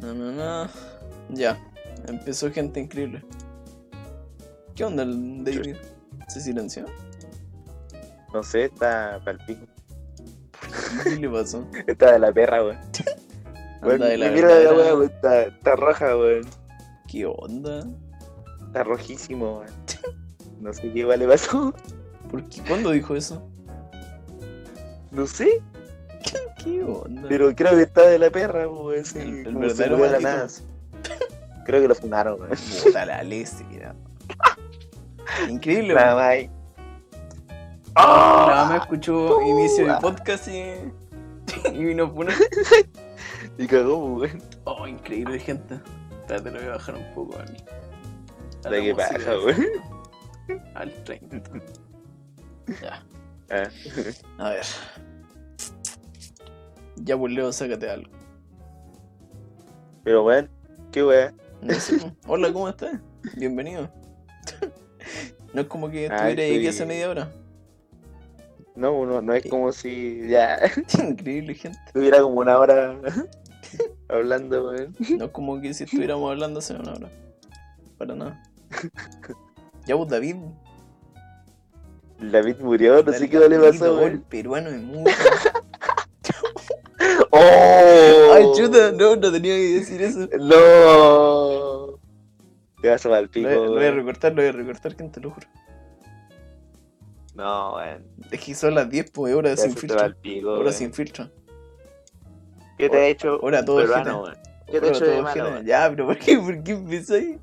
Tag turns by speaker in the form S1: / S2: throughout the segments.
S1: No, no, no. Ya. Empezó gente increíble. ¿Qué onda el David? ¿Se silenció?
S2: No sé, está palpico.
S1: ¿Qué le pasó?
S2: Está de la perra, weón. Weón,
S1: Anda de la
S2: mira la
S1: verdad.
S2: weá, weón. Está, está roja, weón.
S1: ¿Qué onda?
S2: Está rojísimo, weón. No sé qué vale pasó.
S1: ¿Por qué? ¿Cuándo dijo eso?
S2: No sé,
S1: ¿Qué onda?
S2: pero creo que está de la perra, weón. Sí,
S1: El- el
S2: como
S1: verdadero
S2: se murió de la
S1: maldito.
S2: nada. Creo que lo funaron, weón.
S1: Puta la Alessi, mira. Increíble,
S2: Nada
S1: weón.
S2: más ahí.
S1: Nada
S2: ¡Ah!
S1: más escuchó inicio del
S2: Ah.
S1: podcast y, y vino a poner.
S2: Y cagó, weón.
S1: Oh, increíble, gente. Espérate, lo voy a bajar un poco al. a la
S2: ¿De qué
S1: música,
S2: pasa, weón?
S1: Al 30. Ya.
S2: Ah.
S1: A ver. Ya, pues Leo, sácate algo.
S2: Pero, weón, qué weón.
S1: No sé, pues. Hola, ¿cómo estás? Bienvenido. No es como que
S2: Ah,
S1: estuviera ahí
S2: estoy-
S1: que hace media hora.
S2: No, uno, no es como si ya
S1: Increíble, gente.
S2: estuviera como una hora hablando, weón.
S1: No es como que si estuviéramos hablando hace una hora. Para nada. Ya vos, David.
S2: David murió, no sé
S1: David,
S2: qué le pasó,
S1: ídolo,
S2: weón.
S1: El peruano es muy.
S2: ¡Oh!
S1: Ay, chuta, no, no tenía que decir eso.
S2: ¡No! Te vas a pico,
S1: Lo voy, lo voy a
S2: weón.
S1: recortar, lo voy a recortar, que te lo juro.
S2: No, weón.
S1: Es que son las 10, pues, hora de
S2: Te eh.
S1: sin
S2: vas
S1: filtro.
S2: a pico,
S1: Hora
S2: weón.
S1: sin filtro.
S2: ¿Qué te ha hecho un
S1: Ahora todo
S2: peruano,
S1: ojete.
S2: weón? ¿Qué te ha
S1: Hora
S2: hecho
S1: todo
S2: de malo,
S1: ojete.
S2: weón?
S1: Ya, pero ¿por qué, por qué empezó ahí?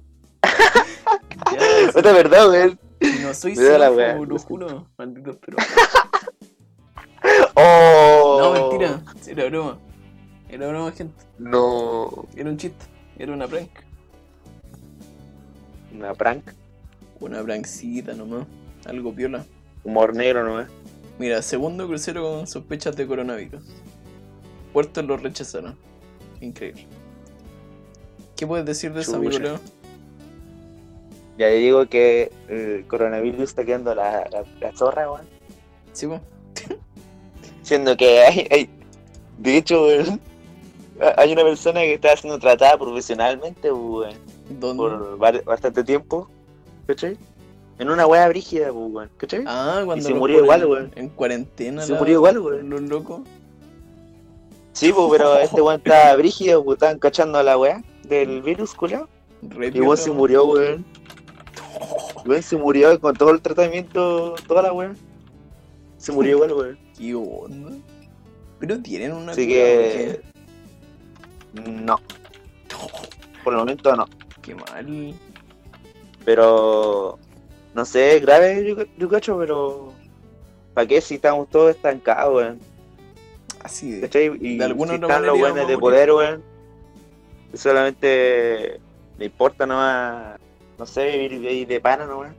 S1: ya,
S2: No, de verdad, weón.
S1: si no soy
S2: Me da la
S1: xenófobo,
S2: wea.
S1: lo juro. Maldito peruano.
S2: ¡Oh!
S1: No, mentira. Era broma. Era broma, gente.
S2: No.
S1: Era un chiste. Era una prank.
S2: Una prank.
S1: Una prancita nomás. Algo piola.
S2: Humor negro nomás.
S1: Mira, segundo crucero con sospechas de coronavirus. Puerto lo rechazaron. Increíble. ¿Qué puedes decir de eso, amigo
S2: Chucha.
S1: Leo?
S2: Ya le digo que el coronavirus está quedando la, la, la zorra, weón.
S1: Sí, po.
S2: Siendo que hay, hay- de hecho, weón, ha- hay una persona que está siendo tratada profesionalmente pues, weón,
S1: ¿Dónde?
S2: por bar- bastante tiempo, ¿cachai? En una wea brígida, pues, weón, ¿cachai?
S1: Ah, cuando
S2: se
S1: los ponen
S2: murió igual, weón.
S1: En cuarentena.
S2: Se
S1: la-
S2: murió igual, weón.
S1: Los locos.
S2: Sí, pues, pero este weón está brígido, weón, estaban cachando a la wea del virus, culiao.
S1: Re
S2: Y weón se
S1: piola,
S2: murió, weón. Weón se murió con todo el tratamiento, toda la wea. Se murió igual, weón.
S1: ¿Qué onda? Pero tienen una
S2: Así
S1: cura,
S2: que. No,
S1: ¿por qué?
S2: por el momento no.
S1: Qué mal.
S2: Pero no sé, es grave yo, yo cacho, pero ¿para qué si estamos todos estancados, weón?
S1: Así de.
S2: ¿Cachai? Y
S1: De alguna
S2: si
S1: otra
S2: están los
S1: manera
S2: buenos
S1: íbamos
S2: de
S1: a morir.
S2: poder, weón, solamente le importa nomás, no sé, vivir de- de pana nomás.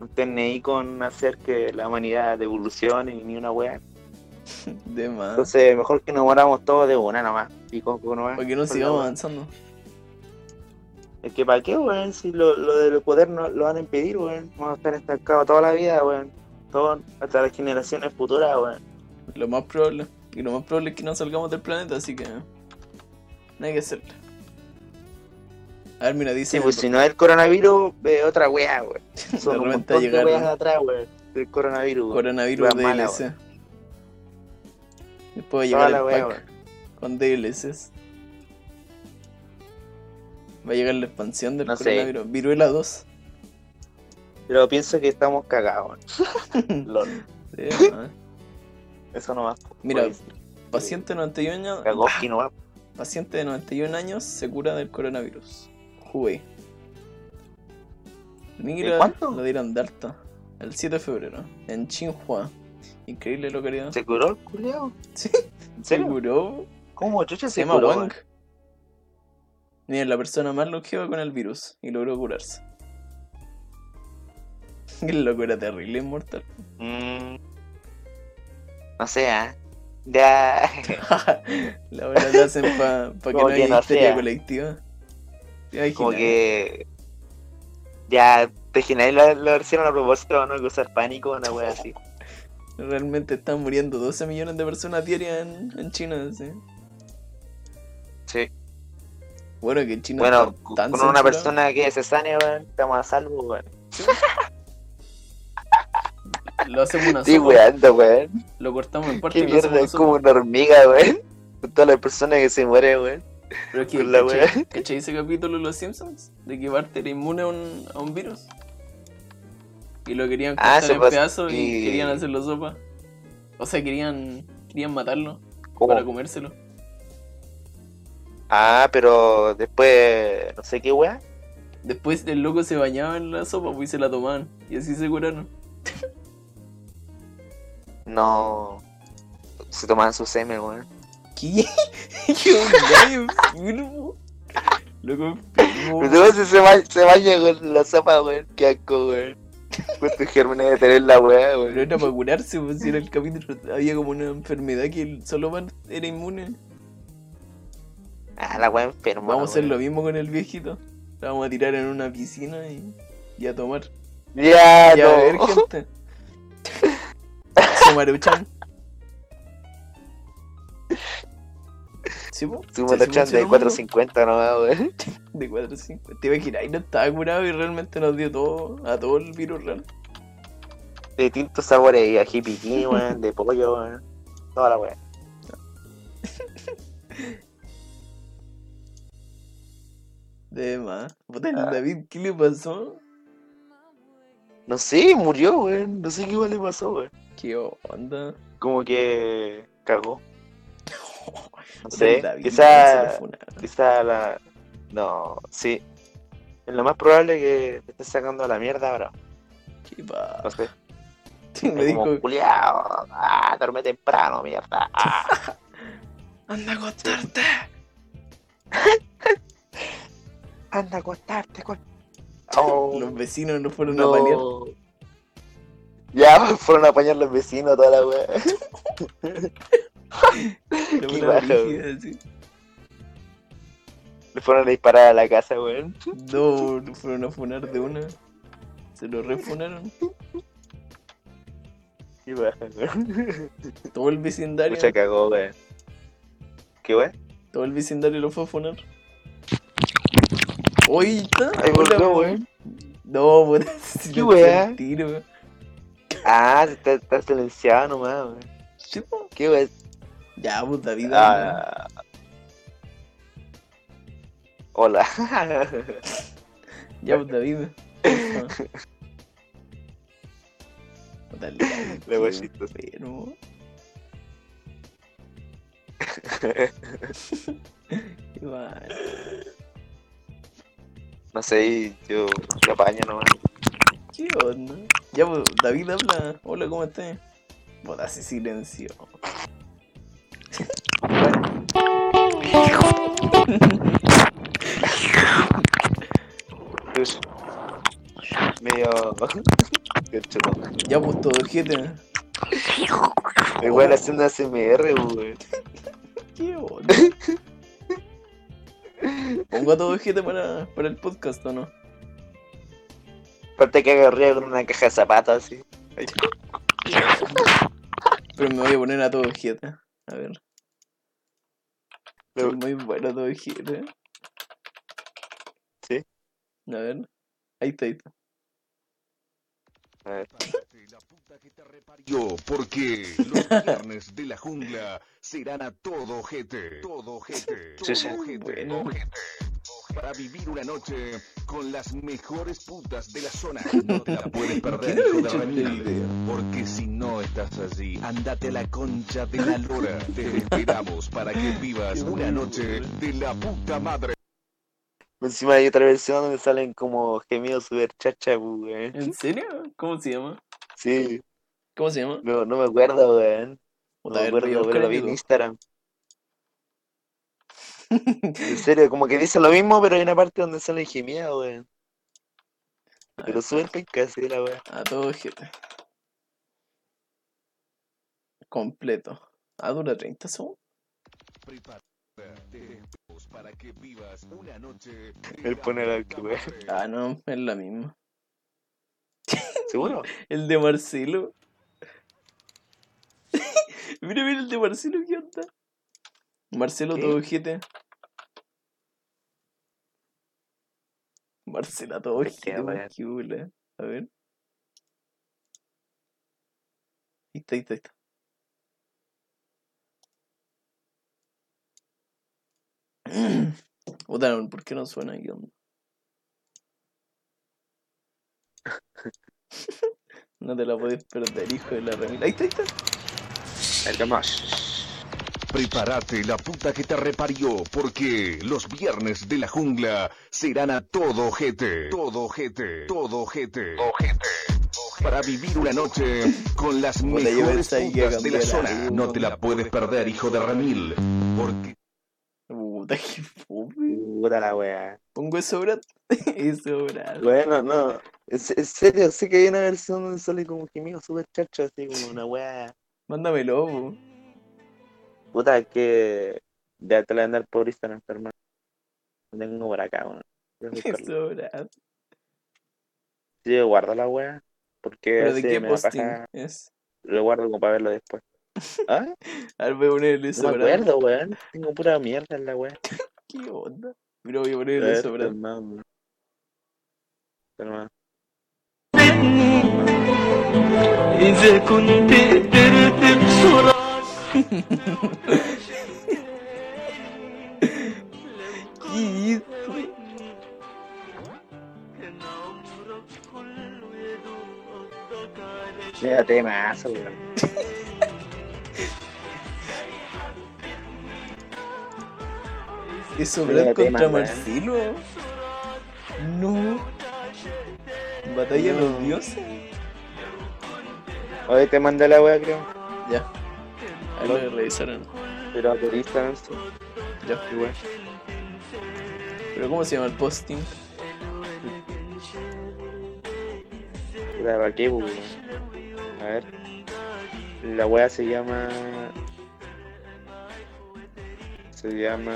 S2: No estén ni ahí con hacer que la humanidad evolucione ni una weá.
S1: Ah. De más.
S2: Entonces, mejor que nos moramos todos de una nomás. Y con, con nomás.
S1: Para que no
S2: Con la
S1: sigamos
S2: weá.
S1: avanzando.
S2: Es que para qué, weón, si lo, lo del poder no lo van a impedir, weón. Vamos a estar estancados toda la vida, weón. Todo, hasta las generaciones futuras, weón.
S1: Lo más probable. Y lo más probable es que no salgamos del planeta, así que. Nada que hacerle. A ver, mira, dice.
S2: Sí, pues si no es el coronavirus, es otra weá, weón. Son un
S1: repente
S2: montón de
S1: llegaron.
S2: weas atrás, weón. Del coronavirus, weón.
S1: Coronavirus
S2: Wea mala,
S1: DLC. Después va a
S2: Toda
S1: llegar
S2: la
S1: el
S2: wea,
S1: pack
S2: weón.
S1: con DLCs. Va a llegar la expansión del
S2: No sé.
S1: coronavirus. Viruela 2.
S2: Pero pienso que estamos cagados, weón. Lol.
S1: Sí, ah.
S2: Eso nomás.
S1: Mira,
S2: Pues,
S1: paciente de 91 años.
S2: Cagó aquí nomás.
S1: Paciente de 91 años se cura del coronavirus. Jugué. Mira,
S2: ¿De cuánto?
S1: lo dieron de alta. El 7 de febrero, en Chinhua. Increíble localidad.
S2: ¿Se curó el culiao?
S1: Sí.
S2: ¿En
S1: Se
S2: serio?
S1: curó.
S2: ¿Cómo, chucha,
S1: Se
S2: se,
S1: llama
S2: curó?
S1: Wang.
S2: weón?
S1: Mira, la persona más longeva con el virus y logró curarse. El loco era terrible, inmortal.
S2: Mm, no sé, ¿eh? Ya.
S1: la hora la hacen para que no
S2: Como que
S1: haya
S2: no
S1: histeria
S2: sea.
S1: colectiva. ¿Te imaginas?
S2: como que ya te imagináis lo, lo hicieron a propósito no causar pánico una wea así
S1: Realmente están muriendo 12 millones de personas diarias en, en China, sí.
S2: sí
S1: Bueno, que en China
S2: Bueno,
S1: está
S2: con
S1: tan
S2: con una
S1: censurado.
S2: persona que se sane, weón, estamos a salvo, weón.
S1: Lo hacemos una
S2: Estoy
S1: sopa,
S2: weando, weón.
S1: lo cortamos en parte
S2: Qué
S1: y lo hacemos
S2: mierda,
S1: una
S2: es
S1: sopa.
S2: como una hormiga, weón. Con todas las personas que se mueren, weón.
S1: Pero es que,
S2: con la
S1: ¿cachai, ¿cachai ese capítulo de Los Simpsons? De que Bart era inmune a un, a un virus. Y lo querían
S2: Ah,
S1: cortar
S2: eso
S1: en
S2: pasa-
S1: pedazos y
S2: y-
S1: querían hacerlo sopa. O sea, querían, querían matarlo
S2: Como-
S1: para comérselo.
S2: Ah, pero después, no sé qué weá.
S1: Después el loco se bañaba en la sopa pues, y se la tomaban. Y así se curaron.
S2: No. Se tomaban su semen, weón.
S1: ¿Qué? ¿Qué onda? enfermo? Loco enfermo.
S2: Pero si se, ba- se baña con la sopa, weón. Qué asco, weón. Cuántos gérmenes de tener la weá,
S1: Pero
S2: weón.
S1: era para curarse, pues si era el capítulo. Había como una enfermedad que el- solo Bart era inmune.
S2: Ah, la weá enferma.
S1: Vamos a hacer
S2: weón.
S1: lo mismo con el viejito. Lo vamos a tirar en una piscina y, y a tomar.
S2: Ya,
S1: y a beber
S2: Ah, no.
S1: gente. Su maruchan. ¿Sí, po? Sí,
S2: Su
S1: sí,
S2: monochan
S1: funciona,
S2: de
S1: po.
S2: 450 nomás, weón.
S1: De 4 5. Te imaginas, ahí no estaba curado y realmente nos dio todo, a todo el virus raro.
S2: De distintos sabores, y ají piquín, weón, de pollo, weón. Toda la weá.
S1: De más. Puta, el
S2: Ah.
S1: David, ¿qué le pasó?
S2: No sé, murió, weón. No sé qué weón le pasó, weón.
S1: ¿Qué onda?
S2: Como que cagó. No
S1: Puta,
S2: sé,
S1: el David, se lo
S2: quizá,
S1: funaron.
S2: quizá la... No, sí. Es lo más probable que te estés sacando a la mierda ahora.
S1: ¿Qué pasa?
S2: No sé.
S1: Me
S2: como,
S1: dijo,
S2: "Culiao, ah, dormí temprano, mierda. ah".
S1: anda a acostarte.
S2: Anda a acostarte, con... Oh,
S1: Los vecinos nos fueron
S2: no.
S1: a paliar.
S2: Ya, pues, fueron a apañar los vecinos, toda la weá.
S1: La
S2: Qué
S1: buena
S2: baja,
S1: brígida, sí.
S2: Le fueron a disparar a la casa, weón.
S1: No, lo fueron a funar de una. Se lo refunaron.
S2: Qué baja, weón.
S1: Todo el vecindario.
S2: Mucha cagó, weón. ¿Qué weón?
S1: Todo el vecindario lo fue a funar. Hoy está.
S2: Ahí
S1: Hola,
S2: volvió,
S1: weón.
S2: weón.
S1: No, puta. si
S2: ¿Qué
S1: lo
S2: weá?
S1: fue el tiro, weón.
S2: Ah, está, está silenciado nomás, weón.
S1: Sí, po.
S2: ¿Qué weón?
S1: Ya, pues David. anda.
S2: Ah. Hola.
S1: Ya, pues David. Porfa. Puta, el David,
S2: La
S1: qué
S2: weá chistosa.
S1: enfermo. Qué mal.
S2: no sé, yo lo apaño nomás.
S1: ¿Qué onda? Ya, pues, David habla. Hola, ¿cómo estás? Puta, hace silencio.
S2: Medio. Qué chulo.
S1: Ya, pues, todo ojete.
S2: Igual haciendo ASMR, weón.
S1: ¿Qué onda? Pongo a todo ojete para, para el podcast, ¿o no?
S2: Aparte que agarré con una caja de zapatos así.
S1: Pero me voy a poner a todo ojete. A ver. Soy
S2: No.
S1: muy bueno a todo ojete.
S2: Sí.
S1: A ver. Ahí está, ahí está.
S2: A ver.
S3: Prepárate, la puta que te reparió, porque los viernes de la jungla serán a todo gente, todo gente,
S2: Sí, sí.
S3: todo gente,
S1: Bueno.
S3: para vivir una noche con las mejores putas de la zona. No te la puedes perder,
S1: ¿Quién ha
S3: hijo de
S1: hecho esta
S3: Ramírez,
S1: idea?
S3: porque si no estás allí, andate a la concha de la lora. Te esperamos para que vivas
S1: Qué
S3: una
S1: bueno,
S3: noche
S1: güey.
S3: de la puta madre.
S2: Encima hay otra versión donde salen como gemidos super chacha, pues, weón.
S1: ¿En serio? ¿Cómo se llama?
S2: Sí,
S1: ¿Cómo se llama?
S2: no, no me acuerdo, weón. No
S1: Puta,
S2: me
S1: a ver, voy a
S2: acuerdo,
S1: buscar
S2: pero lo
S1: en
S2: vi en
S1: YouTube.
S2: Instagram. En serio, como que dicen lo mismo, pero hay una parte donde salen gemidos, weón.
S1: A
S2: Pero
S1: ver,
S2: súper penca, sí, la weón.
S1: A todo ojete. Completo. Ah, dura 30 segundos.
S3: Prepárate para que vivas una noche.
S2: Él pone la que ve.
S1: Ah, no, es la misma.
S2: ¿Seguro?
S1: El de Marcelo. mira, mira el de Marcelo, ¿qué onda? Marcelo
S2: ¿Qué?
S1: todo ojete. Marcela todo
S2: Qué bueno.
S1: A ver. Ahí está, ahí está, ahí está. Puta, ¿por qué no suena aquí? onda? No te la podés perder, hijo de la remil. Ahí está, ahí está.
S2: El que más.
S3: Prepárate la puta que te reparió, porque los viernes de la jungla serán a todo ojete, todo ojete, todo ojete, ojete. Para vivir una noche con las
S1: Puta, yo
S3: mejores
S1: pensaba que iba a
S3: putas de la
S1: cambiar
S3: zona.
S1: algo.
S3: No te la puedes perder, hijo de Ramil. Porque
S1: Puta, qué fome.
S2: Puta la wea.
S1: Pongo eso, Brad. Eso, Brad.
S2: Bueno, no. En, se- en serio, sé que hay una versión donde sale como gemido super chacho, así como una wea.
S1: Mándamelo, po.
S2: Puta, que. Ya te la voy a andar por Instagram, hermano. Lo tengo por acá, weón. Voy a buscarlo.
S1: Eso, Brad.
S2: Sí, yo guardo la wea. Porque
S1: ¿Pero de
S2: así
S1: qué
S2: me da
S1: posting
S2: paja.
S1: es?
S2: Lo guardo como para verlo después. ¿Ah?
S1: A ver, voy a ponerle eso,
S2: No me
S1: Brad.
S2: acuerdo, weón. Tengo pura mierda en la wea.
S1: ¿Qué onda? Mira, voy a ponerle eso, Brad.
S2: Hermano. Hermano.
S4: إذا كنت قدرت بسرعة
S1: إيه.
S4: كان عمرك كله يدوم قضاك على شيء
S2: Mira, temazo, weón.
S1: Eso,
S2: Mira,
S1: Brad, contra
S2: tema, Brad.
S1: Marcelo. No. Batalla de los dioses.
S2: Oye, te mandé la wea, creo.
S1: Ya. Ahí lo revisaron.
S2: Pero por Instagram, sí.
S1: Ya.
S2: Sí, weón.
S1: Pero, ¿cómo se llama el posting?
S2: Puta, ¿para qué, weón? A ver. La wea se llama. Se llama.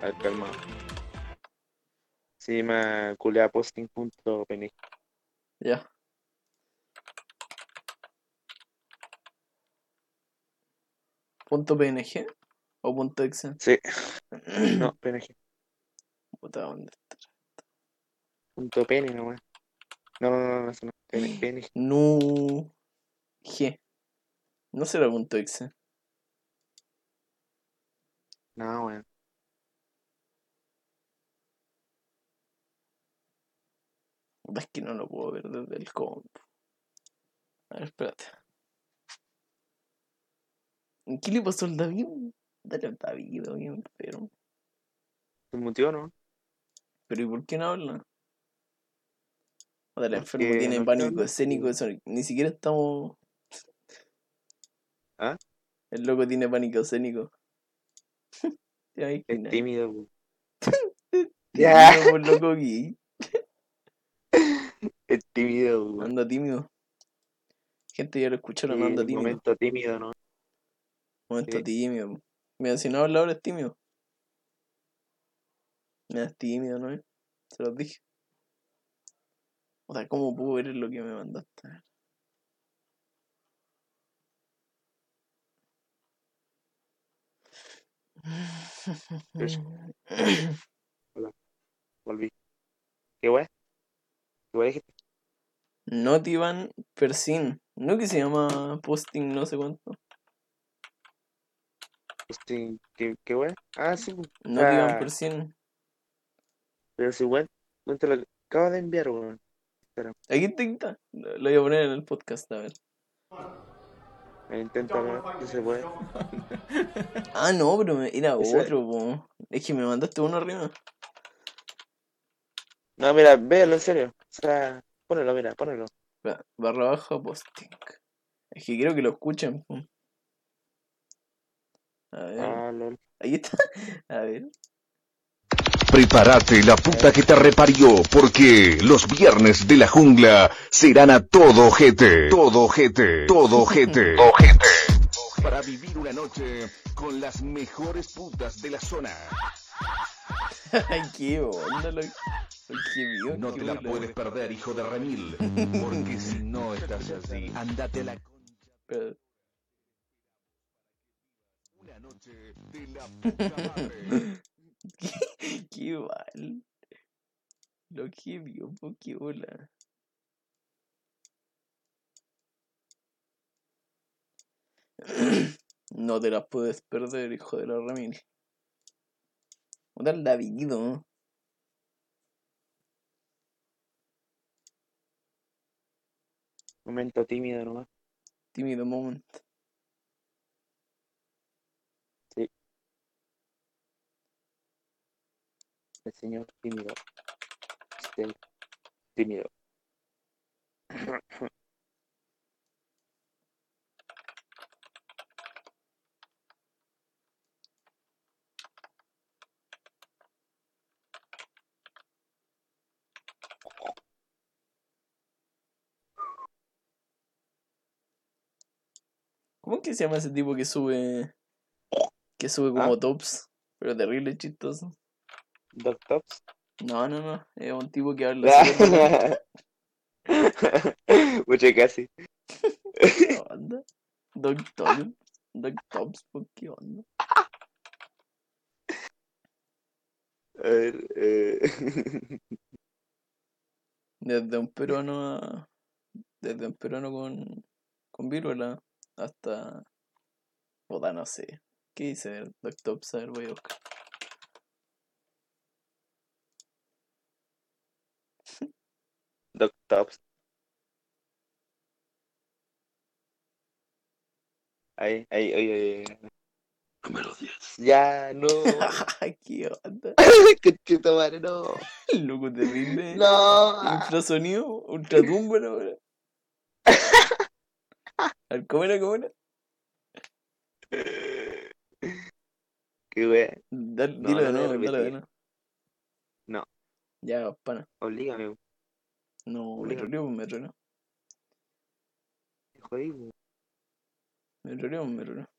S2: A ver, calma. Se llama culeaposting.png.
S1: Ya. ¿Punto PNG? ¿O punto .exe?
S2: Sí. No, png.
S1: Puta, ¿dónde está?
S2: Punto pene, no, weón. No, no, no, no, eso no. Pene- png.
S1: No. G. No será punto .exe.
S2: No, weón.
S1: Puta, Es que no lo puedo ver desde el comp. A ver, espérate. ¿En ¿Qué le pasó al David? Dale al David, bien enfermo.
S2: ¿Se mutió, no?
S1: Pero ¿y por qué no habla? Puta, el enfermo
S2: Porque
S1: tiene
S2: no
S1: pánico
S2: está-
S1: escénico. Eso, ni siquiera estamos...
S2: ¿Ah?
S1: El loco tiene pánico escénico. Te
S2: Es
S1: imaginas.
S2: tímido, weón.
S1: Ya. loco aquí.
S2: Es tímido, weón.
S1: Anda tímido. Gente ya lo escucharon,
S2: Sí,
S1: anda tímido.
S2: momento tímido, ¿no?
S1: Momento
S2: Sí.
S1: tímido. Mira, si no habla ahora es tímido. Mira, es tímido, ¿no? Se los dije. O sea, ¿cómo puedo ver lo que me mandaste?
S2: Eso. Volví. ¿Qué weón? ¿Qué weón dijiste?
S1: Not Ivan Persin. ¿No que se llama posting no sé cuánto?
S2: Hosting, Pues, ¿Qué, qué weón? Ah, sí, weón.
S1: Not Ivan
S2: Ah.
S1: Persin.
S2: pero sí, weón. No te lo acabo de enviar, weón.
S1: Aquí está. Lo lo voy a poner en el podcast, a ver.
S2: Me intento, weón. No se puede.
S1: Ah, no, pero me- era
S2: Ese-
S1: otro, po. Es que me mandaste uno arriba.
S2: No, mira, véalo en serio. O sea, ponelo, mira, ponelo.
S1: Ba- Barra baja posting. Es que quiero que lo escuchen. po. A ver.
S2: Ah, lol.
S1: Ahí está. A ver.
S3: Prepárate la puta que te reparió, porque los viernes de la jungla serán a todo ojete, todo ojete, todo ojete, ojete. Para vivir una noche con las mejores putas de la zona.
S1: Ay, qué onda, lo... lo que vio,
S3: No
S1: qué
S3: te la
S1: bola,
S3: puedes perder, hijo de Ramil, porque si no estás así, andate a la
S1: pero-
S3: Una noche de la puta madre.
S1: qué mal. qué miopo, qué bola. No te las puedes perder, hijo de la Ramírez. Puta el ladillido, ¿no?
S2: Momento tímido nomás.
S1: Tímido moment.
S2: El señor tímido. El tímido.
S1: ¿Cómo que se llama ese tipo que sube. que sube como tops? Pero terrible chistoso.
S2: Doc Tops.
S1: No, no, no. Es un tipo que habla
S2: Ah,
S1: así. como-
S2: Mucho casi.
S1: ¿Qué onda? Doc Tops. Doc Tops, ¿por qué onda?
S2: A ver, eh,
S1: Desde un peruano a... Desde un peruano con... Con viruela hasta... Puta, no sé. ¿Qué dice Doc Tops? A ver, voy a buscar.
S2: Doc Tops. Ahí, ahí, ahí, ahí. ahí.
S4: Número 10.
S2: Ya, no.
S1: ¿Qué onda?
S2: Conchito madre, no.
S1: Loco terrible.
S2: No.
S1: Ultrasonido, ultratumbo la wea. A ver, ¿Cómo era? ¿Cómo era?
S2: Qué wea.
S1: Dale,
S2: No,
S1: dilo
S2: no
S1: de
S2: lo voy
S1: nuevo,
S2: a
S1: dale de
S2: repetir.
S1: nuevo.
S2: No.
S1: Ya, pana.
S2: Oblígame,
S1: No, me
S2: Obligado.
S1: troleó, me troleó.
S2: jodido.
S1: Me troleó, me troleó.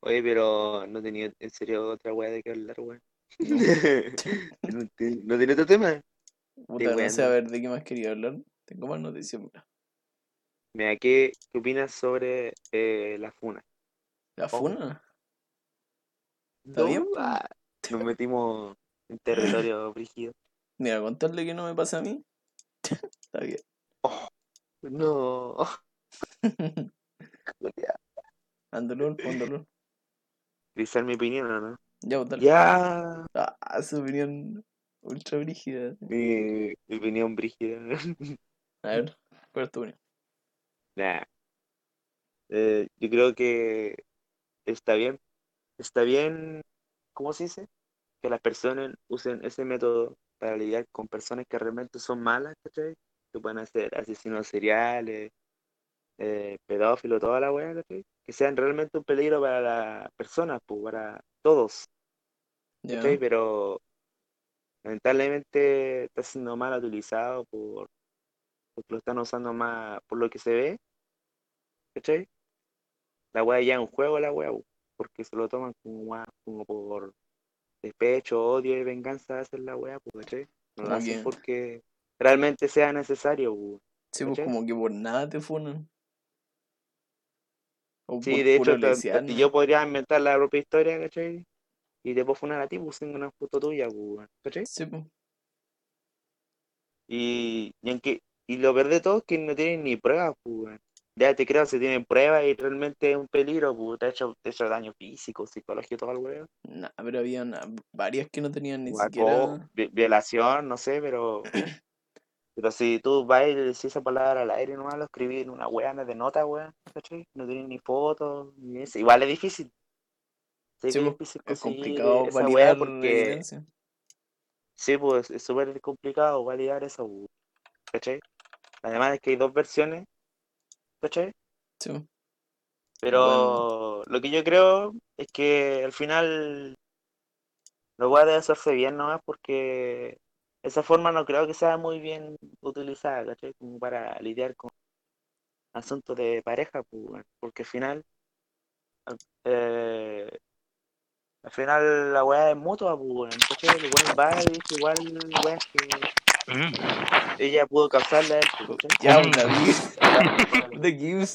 S2: Oye, pero no tenía en serio otra wea de qué hablar, wea. No, te- no tenía otro tema.
S1: Puta, no sé
S2: weando.
S1: a ver de qué más quería hablar. Tengo más noticias, mira.
S2: Mira, ¿qué, qué opinas sobre eh, la funa?
S1: La
S2: Ojo.
S1: funa. ¿Está bien, po?
S2: ah, Nos metimos en territorio brígido.
S1: Mira, contarle que no me pasa a mí. Está bien.
S2: No.
S1: Andolol, pondolol.
S2: Grisar mi opinión, ¿o ¿no?
S1: Ya, votale.
S2: Ya.
S1: Ah, su opinión ultra brígida.
S2: Mi, mi opinión brígida.
S1: A ver, ¿cuál es tu opinión?
S2: Nah. Eh, yo creo que está bien. Está bien, ¿cómo se dice? Que las personas usen ese método para lidiar con personas que realmente son malas, ¿cachai? Que pueden ser asesinos seriales, eh, pedófilos, toda la weá, ¿cachai? Que sean realmente un peligro para las personas, pues, para todos.
S1: Ya.
S2: ¿cachai? Pero lamentablemente está siendo mal utilizado por porque lo están usando más por lo que se ve. ¿Cachai? La wea ya es un juego, la wea, bu, porque se lo toman como, wea- como por despecho, odio y venganza hacer la wea, pues, ¿cachai? No lo
S1: Como
S2: hacen
S1: que-
S2: porque realmente sea necesario, bu.
S1: Sí, pues
S2: ¿Cachai?
S1: como que por nada te funan. O
S2: Sí,
S1: por
S2: de
S1: pura
S2: hecho, ta- ta-
S1: lesbiana.
S2: yo podría inventar la propia historia, ¿cachai? Y te puedo funar a ti, pues, siendo una foto tuya, bu, ¿cachai?
S1: Sí, pues.
S2: Y, y, aunque- y lo peor de todo es que no tienen ni pruebas, pues. weón. Ya te creo, si tienen pruebas y realmente es un peligro, pues te ha hecho, te ha hecho daño físico, psicológico, todo el weón.
S1: Nah, pero había varias que no tenían ni
S2: O acoso,
S1: siquiera.
S2: vi- violación, no sé, pero. Pero si tú vas y le decís esa palabra al aire nomás, lo escribís en una weá, no de nota, weón, ¿cachai? No tienen ni fotos, ni eso. Igual es difícil. Sí,
S1: Sí,
S2: que es
S1: pues,
S2: difícil
S1: Es
S2: conseguir
S1: complicado
S2: esa weá
S1: validar
S2: porque.
S1: evidencia.
S2: Sí, pues es súper complicado validar eso, bu, ¿cachai? Además es que hay dos versiones, ¿cachai?
S1: Sí, pues.
S2: Pero lo que yo creo es que al final lo voy a hacerse bien nomás porque esa forma no creo que sea muy bien utilizada, ¿cachai? Como para lidiar con asuntos de pareja, pues, bueno, porque al final, al- eh, al final la weá es mutua, pues, bueno, ¿cachai? El weón va y dice igual weá que ella pudo causarle a él, pues, ¿cachai?
S1: Ya, una vez. De Gibbs.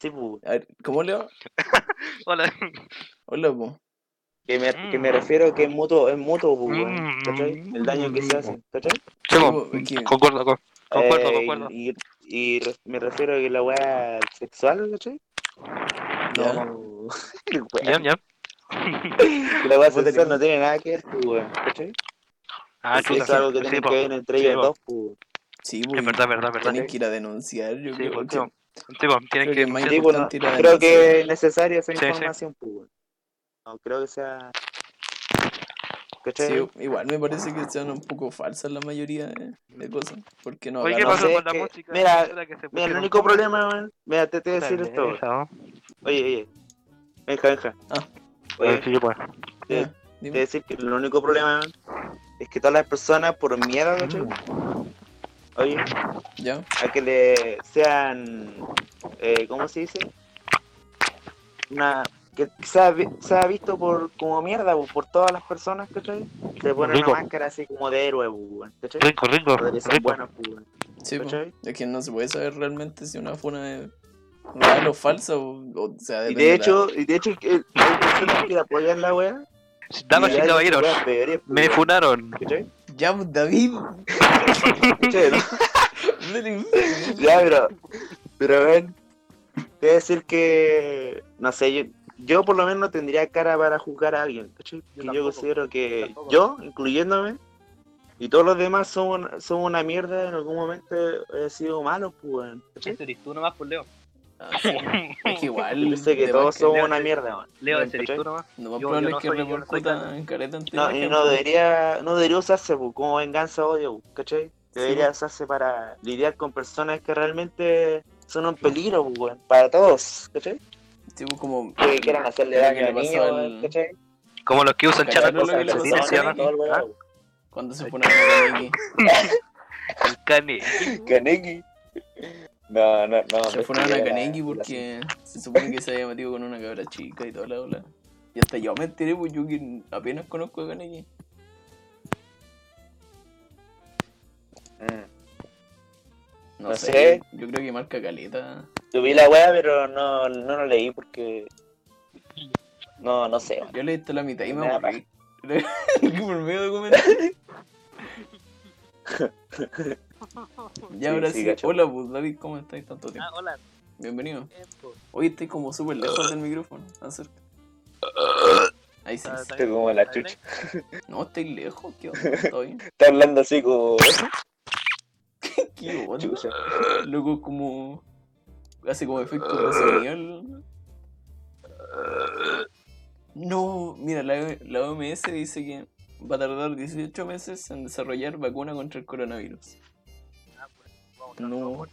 S2: Sí, pues,
S1: A ver, ¿cómo le va?
S4: Hola.
S1: Hola, po.
S2: Que me, que
S5: Mm.
S2: me refiero que es mutuo, es mutuo, pues, weón, ¿cachai? El daño que se hace, ¿cachai?
S5: Sí,
S1: Digo,
S5: pues,
S1: que-
S5: concuerdo, con- Mm. concuerdo,
S2: Eh,
S5: concuerdo.
S2: Y, y re- me refiero a que la weá sexual, ¿cachai?
S1: Ya.
S2: No. el weá-
S5: Ya, ya.
S2: que la weá sexual no tiene nada que ver, pues, weón, ¿cachai?
S5: Ah,
S2: Eso
S5: chuta,
S2: es algo que
S5: sí,
S2: tiene
S5: po.
S2: que ver entre
S5: Sí,
S2: ellos
S5: po.
S2: dos, pues.
S1: Sí,
S5: Es
S1: weón.
S5: verdad, verdad, verdad.
S2: eh.
S1: Tienen que ir a denunciar, yo
S5: Sí,
S1: creo.
S5: pues,
S1: que-
S5: sí, po. Sí, po, tienen
S1: creo
S5: que
S1: que más
S5: denunciar.
S2: Sí, bueno,
S1: importante ir a
S2: creo
S1: denunciar.
S2: que es necesaria esa
S5: Sí, sí.
S2: información, pues, weón. No creo que sea. ¿cachai?
S1: Sí, igual me parece que sean un poco falsas la mayoría de, de cosas. Porque no
S5: Oye, ¿qué
S2: no
S1: agarran-
S5: pasa
S2: sé,
S5: con la
S2: que-
S5: música?
S2: mira,
S5: Puta, que se
S2: Mira, el
S5: pusieron
S2: único
S5: como-
S2: problema, weón. Mira, te te voy a decir
S5: Dale,
S2: esto, weón.
S5: esa, ¿no?
S2: Oye, oye. Venja, venja.
S1: Ah.
S2: Oye,
S5: Oye, sí, pues.
S1: Ya,
S2: te
S1: dime.
S2: voy a decir que el único problema, weón, es que todas las personas, por miedo, ¿cachai? Oye,
S1: Ya,
S2: a que le sean. Eh, ¿Cómo se dice? Una. Que sea, vi- sea visto por como mierda, weón, por todas las personas, ¿cachai? Se ponen
S5: Rico.
S2: una máscara así como de héroe, weón, ¿cachai?
S5: Rico, rico,
S2: Podría ser
S5: rico.
S2: bueno, weón,
S1: sí, po.
S2: ¿cachai?
S1: Es que no se puede saber realmente si una funa es real o falsa. O, o sea,
S2: Y
S1: depende
S2: de
S1: la-
S2: hecho, y de hecho, el- el- hay personas que apoyan la weá.
S5: Damas y
S2: hay
S5: caballeros,
S2: weas peores,
S5: me
S2: weón,
S5: funaron.
S2: ¿cachai?
S1: Ya, pues, David.
S2: Che, ¿no?
S1: dale.
S2: ya, pero. Pero ven. Te voy a decir que. No sé, yo, yo por lo menos no tendría cara para juzgar a alguien. ¿cachai? Que Yo, considero que yo, incluyéndome, y todos los demás somos, somos una mierda. En algún momento he sido malo, pues. weón, ¿cachai?
S6: Ese eres tú nomás, pues Leo.
S1: Ah, sí. Es que igual.
S2: Yo sé que
S1: de
S2: todos
S1: más que-
S2: somos una mierda, weón.
S6: Leo, ese eres
S2: ¿cachai?
S6: tú nomás.
S1: Lo
S6: yo-
S1: más
S6: yo
S1: probable
S6: no
S1: es que
S6: soy- yo no soy
S1: repercuta
S6: tan-
S1: en careta ante
S2: No,
S1: la
S2: y
S1: gente.
S2: no debería, no debería usarse pues, como venganza odio, ¿cachai? Debería
S1: pues.
S2: usarse para lidiar con personas que realmente son un peligro, pues, weón, para todos, ¿cachai?
S1: Sí, pues, como.
S2: Que quieran hacerle
S1: Creo que
S2: daño
S1: le
S2: a
S1: pasó
S2: niños,
S1: al-
S2: weón, ¿cachai?
S5: Como los que usan
S1: Cagaron
S2: Cagar
S5: chalas con
S1: lo que le
S2: cosas
S1: pasó
S2: en
S1: a
S5: calcetines,
S1: Sony,
S2: calzones
S5: ¿sí, no?
S2: y todo el
S5: Ah,
S2: weón.
S1: Cuando se pone a Nicky.
S5: El cane.
S2: Kaneki. No, no, no.
S1: Se fueron a Kaneki porque se supone que se había metido con una cabra chica y toda la ola. Y hasta yo me enteré, pues yo que apenas conozco a Kaneki.
S2: Mm.
S1: No,
S2: No
S1: sé.
S2: sé.
S1: Yo creo que marca caleta.
S2: Yo vi la weá, pero no, no lo leí porque. No, no sé. weón.
S1: Yo leí hasta la mitad y me
S2: Nada.
S1: aburrí. Por medio documental. ya
S2: Sí,
S1: ahora
S2: sí,
S1: sí.
S2: cacho.
S1: Hola, pues David, ¿cómo estáis tanto tiempo?
S6: Ah, hola.
S1: Bienvenido.
S6: eh, pues,
S1: Hoy estoy como súper lejos del micrófono. Acerca. Ahí sí.
S6: está- Ah, está
S2: Estoy
S6: bien,
S2: como la
S6: está bien.
S2: chucha.
S1: No, estoy lejos. ¿Qué onda? ¿Está bien?
S2: Está hablando así como.
S1: ¿Qué onda?
S2: Chucha.
S1: Luego como... Hace como efecto de sonido. el- No, mira, la, la OMS dice que va a tardar 18 meses en desarrollar vacuna contra el coronavirus.
S6: Ah, pues, vamos,
S1: No,
S6: vamos,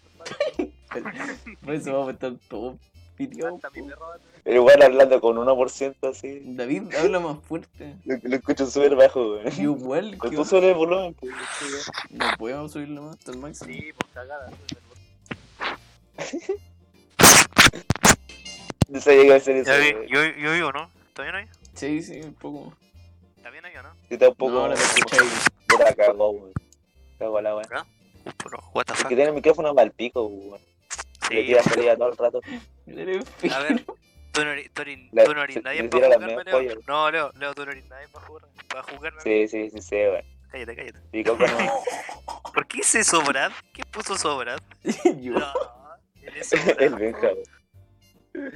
S1: por eso vamos a estar todos piteados.
S6: hasta mi perro va a tener-
S2: El weón hablando con 1% así.
S1: David habla más fuerte.
S2: Lo, lo escucho súper bajo, weón.
S1: Yo igual que...
S2: Tú solo el volumen, pues.
S1: No podemos subirlo más hasta el máximo.
S6: Sí, pues cagada.
S2: No sabía que iba a hacer eso,
S5: Ya vi,
S2: weón.
S5: yo, yo vivo, ¿no? ¿Está bien ahí?
S1: Sí, sí, un poco.
S5: ¿Está bien ahí o no?
S1: No,
S2: Yo tampoco.
S1: ahora me escucháis.
S2: Yo la cago, weón. Cago la weón.
S5: Puro, what the
S2: Es
S5: fuck.
S2: que tiene el micrófono mal pico, weón. Le
S5: Sí.
S2: tira salida todo el rato.
S1: Eres
S5: A
S1: feo.
S5: ver, tú no eres, tú no eres-
S2: La-
S5: tú no eres
S2: se-
S5: nadie
S2: le
S5: para
S2: tira la
S5: jugarme,
S2: mea
S5: Leo.
S2: polla.
S5: No, Leo, Leo, tú no eres nadie para jugar, para jugarme.
S2: Sí, sí, sí, sí, weón.
S5: Cállate, cállate.
S2: Pico con un-
S5: ¿Por qué hice sobrad? ¿Qué puso sobrad?
S1: Yo-
S5: No, él es sobrad.
S2: el Benja, weón.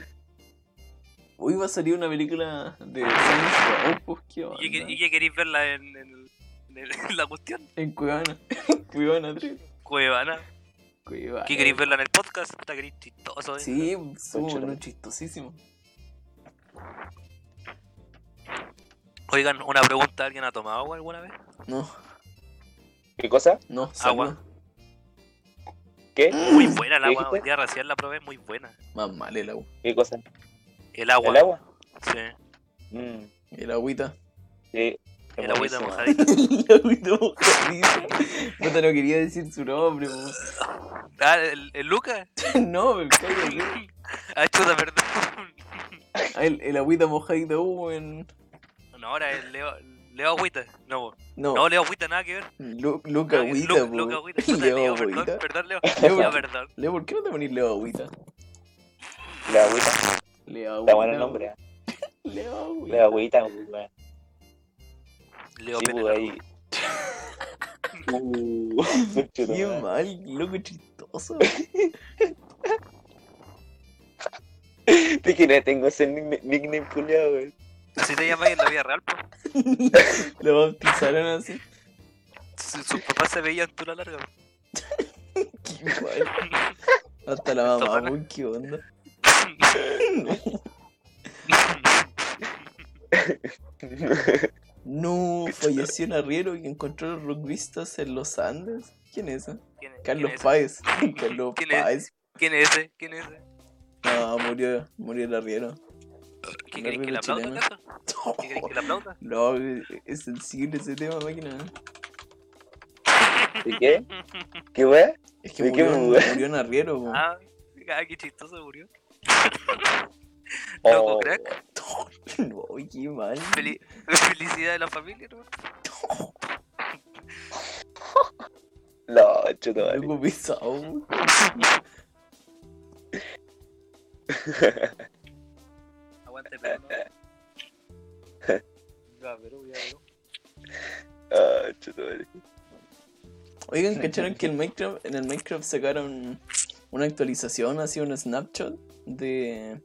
S1: Hoy va a salir una película de Science Row, ¿qué onda?
S5: ¿Y, qué- y qué queréis verla en, en- en el- en la cuestión?
S1: En Cuevana. En Cuevana 3.
S5: Cuevana.
S1: Cuevana.
S5: ¿Qué queréis verla en el podcast? Está que eres chistoso, eh.
S1: Sí, somos
S2: Concha,
S1: unos
S2: no.
S1: chistosísimos.
S5: Oigan, una pregunta, ¿alguien ha tomado agua alguna vez?
S1: No,
S2: ¿Qué cosa?
S1: no,
S5: Agua.
S1: agua.
S2: ¿Qué?
S5: Muy buena el
S2: ¿Qué
S5: agua,
S2: dijiste?
S5: hoy día recién la probé, muy buena.
S1: Más mal el agua.
S2: ¿Qué cosa?
S5: El agua.
S2: ¿El agua?
S5: Sí,
S2: Mm,
S1: El agüita.
S2: sí. es
S5: el agüita
S2: buenísimo.
S5: mojadita.
S1: el agüita mojadiza. No te lo quería decir su nombre, po.
S5: Ah, el, el Luca.
S1: No, me cállate.
S5: Ah, chuta, perdón.
S1: Ah, El, el agüita mojadita hubo en.
S5: No, ahora es Leo, Leo Agüita. No, po.
S1: No,
S5: no, Leo Agüita, nada que ver.
S1: Lu- Luca
S5: Nada que-
S1: Agüita,
S5: Lu-
S1: po.
S5: Luca Agüita. Chuta,
S1: Leo
S5: Leo,
S1: Agüita. pues.
S5: perdón, perdón, Leo.
S1: Leo,
S5: Ya,
S1: ¿por-
S5: perdón.
S1: Leo, ¿por qué no te ponís Leo Agüita?
S2: La agüita.
S1: Leo
S2: Está
S1: Agüita,
S2: bueno el nombre. ¿eh?
S1: Leo, güey.
S2: La agüita, pues, weón.
S5: Leo
S2: Sí, pues,
S5: Penela.
S2: ahí. Uh, conchetumare.
S1: Qué mal, loco chistoso. güey.
S2: ¿De quién le tengo ese nick- nickname culiado, weón?
S5: Si te llamáis en la vida real, pues.
S1: Lo bautizaron así.
S5: Su- Sus papás se veían tú la larga. po.
S1: Qué mal. Hasta la mamá, güey, qué onda. No, falleció un arriero que encontró los rugbyistas en los Andes. ¿Quién es? ese?
S5: ¿Quién es-
S1: Carlos
S5: quién es-
S1: Páez. Carlos
S5: ¿Quién es?
S1: Páez.
S5: ¿Quién es ese? ¿Quién es ese?
S1: No, murió, murió el arriero.
S5: ¿Qué
S1: Un
S5: crees que
S1: árbitro
S5: la aplauda,
S1: chileno.
S5: acaso? ¿Qué crees que la aplauda?
S1: No, es sensible ese tema, máquina. ¿eh?
S2: ¿De qué? ¿Qué weón?
S1: Es que
S2: ¿De qué
S1: murió, un-
S2: mudar?
S1: murió un arriero, güey.
S5: Ah, ah, qué chistoso murió.
S2: Oh,
S5: Loco, crack.
S1: No, qué mal.
S5: Feli- Felicidad de la familia, ¿no?
S2: No, chutumare.
S1: Loco pesado, güey.
S5: Aguante, pero no. Ya, pero, ya, pero.
S2: Ah, chutumare.
S1: Oigan, ¿cacharon que el Minecraft, en el Minecraft sacaron una actualización, así un snapshot de,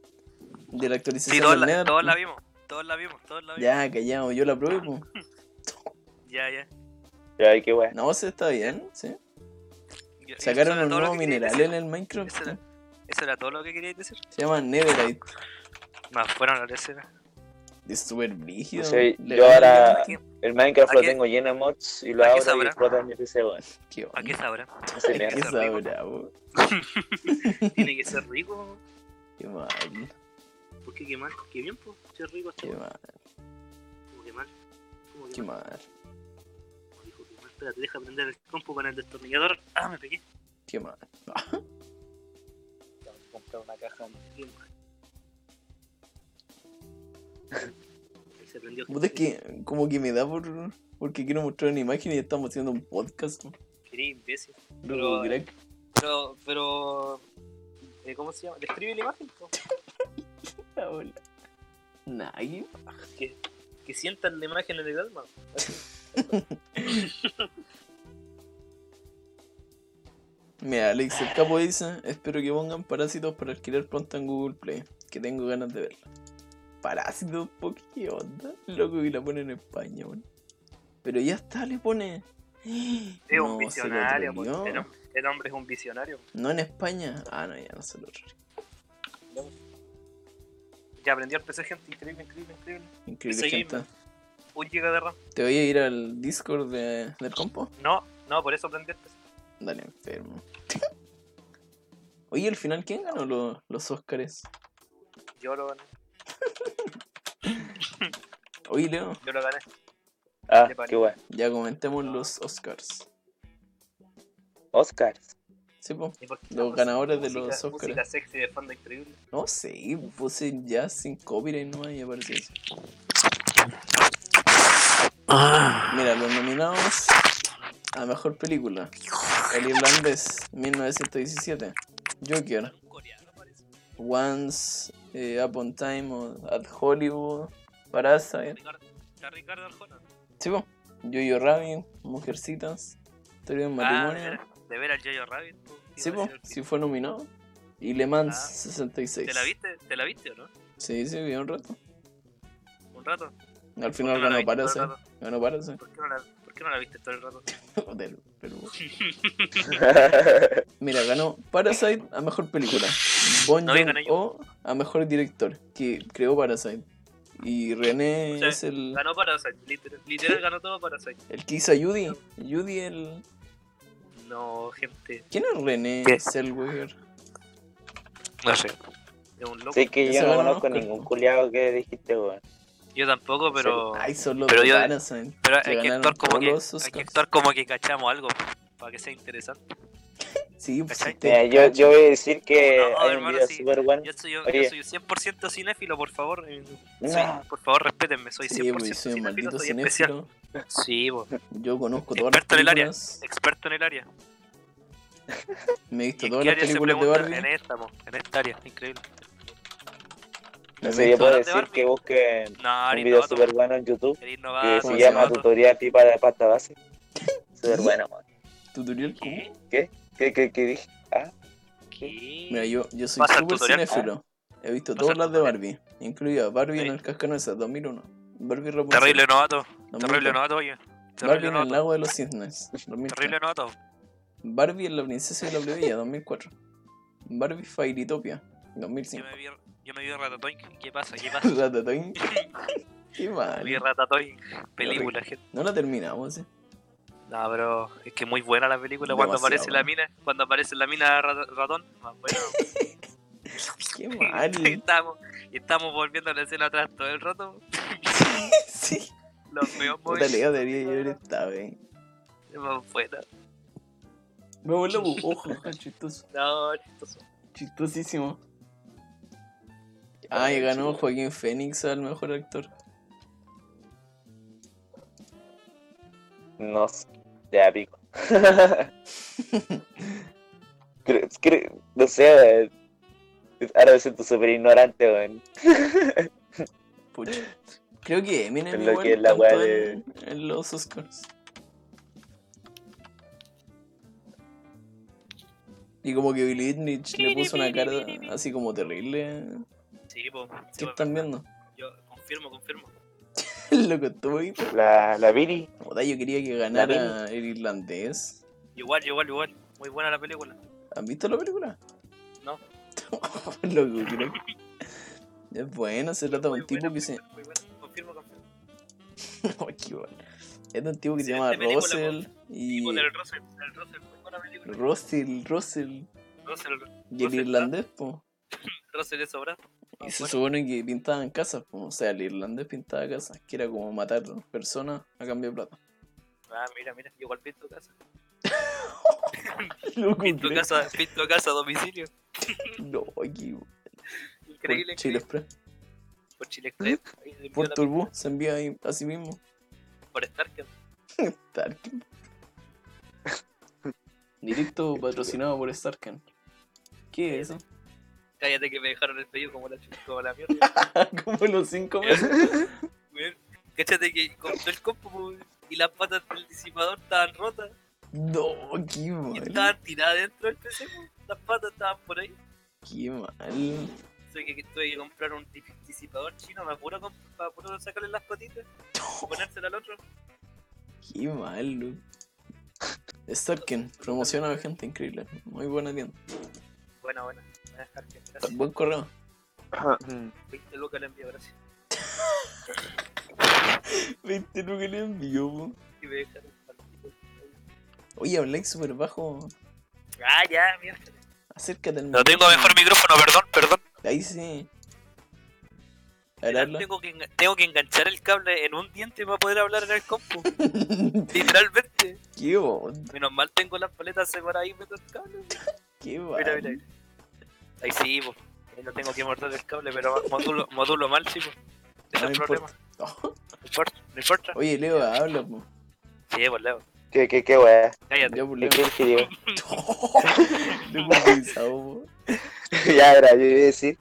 S1: de la actualización
S5: Sí, todos
S1: del
S5: la,
S1: Nether?
S5: todos la vimos. Todos la vimos, todos la vimos.
S1: Ya, callado, yo la probé, po.
S5: Ya, ya.
S2: Ya, qué weón.
S1: No, se está bien, sí.
S5: Ya, eso
S1: Sacaron
S5: era
S1: un
S5: todo lo
S1: nuevo
S5: que quería
S1: mineral
S5: decir.
S1: en el Minecraft.
S5: Eso era,
S1: sí.
S5: eso era todo lo que queríais decir.
S1: Se llama Netherite.
S5: Más fueron las escenas.
S1: Es súper brígido.
S2: No sé,
S1: Le-
S2: yo ahora-
S5: ¿A qué,
S2: El Minecraft lo
S5: ¿A qué-
S2: tengo lleno de mods y lo
S5: a qué
S2: abro y
S5: sabrá?
S2: explota mi PC, weón.
S1: Qué
S5: a qué
S1: onda.
S5: sabrá?
S2: Se
S1: Ay,
S2: me hace
S1: qué
S5: rico.
S1: sabrá, po.
S5: Tiene que ser rico.
S1: Qué mal,
S5: ¿Por qué qué mal? Qué bien, pues. Qué rico este
S1: qué
S5: weón.
S1: mal,
S5: Como que mal. Como que
S1: qué
S5: mal.
S1: mal,
S5: Como dijo que mal. Espérate, deja prender el compu con el destornillador. Ah, me pegué.
S1: qué mal.
S6: Tengo que comprar una caja.
S5: Qué mal. Ahí se prendió.
S1: Puta, es que como que me da por... Porque quiero mostrar una imagen y estamos haciendo un podcast. po.
S5: Quería imbécil.
S1: Loco,
S5: Pero-
S1: crack.
S5: Pero, pero. eh, ¿Cómo se llama? Describe la imagen, po.
S1: La bola. Nadie.
S5: Que sientan la imagen en el alma.
S1: Mira, Alex, el capo dice, espero que pongan parásitos para alquilar pronto en Google Play, que tengo ganas de verla. Parásitos, po, qué onda. Loco que la pone en España, weón. Pero ya está, le pone.
S5: Es un
S1: No, se lo
S5: visionario, pues, po.
S1: troleó.
S5: El, hom- el hombre es un visionario.
S1: No en España. Ah, no, ya no se lo troleó.
S5: Ya aprendió el PC, gente. Increíble, increíble, increíble.
S1: Increíble,
S5: Seguime.
S1: gente.
S5: Un giga de RAM.
S1: ¿Te voy a ir al Discord de- del compo?
S5: No, no, por eso aprendí el PC.
S1: Dale, enfermo. Oye, al final, ¿quién ganó lo- los Óscares?
S5: Yo lo gané.
S1: Oye, Leo,
S5: Yo lo gané.
S2: Ah,
S5: Le parió.
S2: qué weón.
S1: ya
S5: Ah,
S1: comentemos los Oscars.
S2: Oscars.
S1: ¿Sí, po?
S5: ¿Y por qué
S1: Los
S5: la
S1: ganadores de
S5: música-
S1: los Óscares.
S5: Música sexy de fondo increíble.
S1: No sé, puse ya sin copyright nomás y apareció eso. Mira, los nominados a mejor película: El Irlandés, 1917, Joker, Once eh, Upon Time o at Hollywood, Parasite,
S5: Ricardo- Está Ricardo Arjona.
S1: Chivo, Yo-Yo Rabbit, Mujercitas, Historia de un
S5: Ah,
S1: Matrimonio.
S5: de ver- de ver al Jojo Rabbit. po.
S1: sí,
S5: Iba a
S1: po,
S5: decir el
S1: sí fue nominado. Y Le Mans,
S5: Ah.
S1: 66.
S5: ¿Te la viste? ¿Te la viste o no?
S1: Sí, sí, vi un rato.
S5: Un rato.
S1: Al
S5: ¿Por qué
S1: final
S5: no la
S1: ganó
S5: viste todo el
S1: Parasite.
S5: rato?
S1: Ganó Parasite.
S5: ¿Por qué no la- por qué no la viste todo el rato?
S1: Del Perú. Mira, ganó Parasite a mejor película. Bon
S5: No, y gané yo.
S1: o a mejor director, que creó Parasite. Y René
S5: Sí.
S1: es el,
S5: Ganó Parasite. Literal, literal ganó todo Parasite.
S1: el que hizo a Judy. Judy el...
S5: No, gente.
S1: ¿Quién es René
S5: ¿Qué?
S1: Zellweger?
S5: No sé. Es un loco.
S2: Sí, que
S1: Ese
S2: yo no
S1: ganó un
S2: conozco
S1: Oscar,
S2: ningún
S1: po.
S2: culiado que dijiste, weón.
S5: Yo tampoco, pero.
S1: Ay, solo
S5: Oh. pero yo-
S1: Parasite.
S5: Pero
S1: que
S5: hay que,
S1: ganaron
S5: actuar como
S1: todos
S5: que,
S1: los
S5: hay que
S1: Oscars.
S5: actuar como que cachamos algo para que sea interesante.
S1: Sí, pues,
S5: ¿Cachai?
S1: te
S2: Mira, Eh, yo, yo voy a decir que
S5: No,
S2: hay un
S5: hermano,
S2: video
S5: sí.
S2: super bueno.
S5: Yo soy, yo,
S2: Oye.
S5: soy 100% cinéfilo, por favor. eh, soy-
S2: No,
S5: por favor, respétenme. Soy 100%
S1: Sí, pues, soy un
S5: cinéfilo,
S1: maldito
S5: soy especial.
S1: cinéfilo.
S5: Sí, bo,
S1: Yo conozco todas las
S5: Experto en el área.
S1: películas.
S5: experto en el área.
S1: Me he
S5: ¿Y
S1: visto
S5: en
S1: todas
S5: qué
S1: las
S5: área se
S1: películas de
S5: pregunta? este
S1: Barbie.
S5: En esta, bo, en esta área. Increíble.
S2: Entonces yo puedo
S5: ¿Todas de
S2: decir
S5: Barbie?
S2: que busquen
S5: No,
S2: un
S5: eres
S2: video
S5: novato.
S2: súper bueno en YouTube
S5: Eres
S2: que
S5: novato.
S1: ¿Cómo
S2: se
S1: se
S2: llama
S1: llama?
S2: Tutorial Pipa de Pasta Base. Súper bueno, man.
S1: ¿Tutorial cómo?
S5: ¿Qué?
S2: ¿Qué, qué, qué dije? Ah,
S1: Mira,
S5: ¿Qué?
S1: yo, yo soy
S5: Pasa el
S1: súper
S5: tutorial.
S1: cinéfilo. He visto
S5: Pasa
S1: todas
S5: el
S1: las de
S5: tutorial.
S1: Barbie, incluida Barbie en
S5: Sí.
S1: el Cascanueces 2001. Barbie Rapunzel.
S5: Terrible novato.
S1: 2002.
S5: Terrible novato, oye.
S1: Barbie
S5: Terrible
S1: en el
S5: novato.
S1: lago de los cisnes. 2003.
S5: Terrible novato.
S1: Barbie en la princesa y la plebeya. 2004. Barbie Fairytopia. 2005.
S5: Yo me vi, yo me vi Ratatouille. ¿Qué pasa? ¿Qué pasa?
S1: Ratatouille. Qué mal.
S5: Vi Ratatouille. Película, gente.
S1: No la terminamos, ¿eh?
S5: No, pero es que muy buena la película cuando
S1: Demasiado
S5: aparece la mina. Cuando aparece la mina rat- ratón. Más bueno.
S1: Qué
S5: y,
S1: mal.
S5: estamos, y estamos volviendo a la escena atrás todo el rato.
S1: sí.
S5: Los veo muy
S1: Puta Leo debería haber estado, eh.
S5: más buena.
S1: Me vuelvo, ojo, chistoso.
S5: No, chistoso.
S1: Chistosísimo. Ay, Ah, ganó Joaquín Fénix al mejor actor.
S2: no sé. Ya pico. Creo- creo- no sé, eh, ahora me siento súper ignorante, weón.
S1: Pucha. Creo que Eminem
S2: Es lo
S1: igual
S2: que es la
S1: cantó
S2: weá de-
S1: en, en los Oscars. Y como que Billy Eilish le puso una cara así como terrible.
S5: Sí, pues.
S1: ¿Qué están viendo?
S5: yo confirmo, confirmo.
S1: Loco, estuvo ahí.
S2: La, la Billy.
S1: Puta, Yo quería que ganara el irlandés.
S5: Igual, igual, igual. Muy buena la película.
S1: ¿Han visto la película?
S5: No.
S1: Loco, creo que... Es buena, se trata de
S5: Muy
S1: un tipo
S5: buena,
S1: que se...
S5: muy buena. Confirmo, confirmo.
S1: No, qué bueno. Es de un tipo que se
S5: Sí,
S1: llama
S5: esta película,
S1: Russell y...
S5: Y con el Russell, el Russell, muy buena película.
S1: Russell, Russell.
S5: Russell,
S1: Y el
S5: Russell
S1: irlandés, po.
S5: Russell es obra.
S1: Y se supone que pintaban casas, po. O sea, el irlandés pintaba casas, que era como matar personas a cambio de plata.
S5: Ah, mira, mira, igual pinto casa.
S1: Loco,
S5: Pinto
S1: creo-
S5: casa, pinto casa a domicilio.
S1: No, aquí,
S5: Increíble,
S1: Chile
S5: increíble.
S1: Express.
S5: Por Chile Express. ahí se envió
S1: Por
S5: la-
S1: Turbo se envía ahí a sí mismo.
S5: Por Starken.
S1: Starken. Directo patrocinado por Starken. ¿Qué es eso?
S5: Cállate que me dejaron el pedido como la, ch- como la mierda.
S1: como los cinco meses.
S5: Weón, Cállate que compré el compu weón, y las patas del disipador estaban rotas.
S1: No, qué
S5: Y
S1: mal.
S5: estaban tiradas dentro del PC. weón. Las patas estaban por ahí.
S1: Qué mal.
S5: Tuve que, tuve que comprar un dip- disipador chino, me apuro comp- para apuro sacarle las patitas, ponérselo al otro.
S1: Qué mal, loco. Starken promociona a gente increíble. Muy buena tienda.
S5: Buena, buena. Voy a dejar que- Gracias.
S1: Buen correo.
S2: Ah, mm.
S5: 20 lucas le envío, gracias.
S1: 20 lo que le envió, po.
S5: Y me dejaron un partido.
S1: Oye, habláis súper bajo.
S5: Ah, ya, Mm. mierda.
S1: Acércate al
S5: No tengo mejor micrófono, perdón, perdón.
S1: Ahí sí. A ver,
S5: Literal,
S1: habla.
S5: Tengo que, enga- tengo que enganchar el cable en un diente para poder hablar en el compu. Literalmente.
S1: Qué bon,
S5: Menos mal tengo las paletas separadas y meto el cable.
S1: qué
S5: Mira,
S1: mal.
S5: mira, mira. Ahí sí, po. Ahí no tengo que morder el cable, pero modulo, modulo mal, chico. Ese
S1: No
S5: es el
S1: importa.
S5: problema. No importa, no importa.
S1: Oye, Leo, habla, po.
S5: Sí, pues, Leo.
S2: ¿Qué, qué, qué, weá?
S5: Cállate.
S1: Ya, pues,
S2: ¿Qué
S1: Leo.
S2: crees que digo?
S1: Leo, improvisado, po.
S2: ya, era, yo iba a decir
S1: Eh,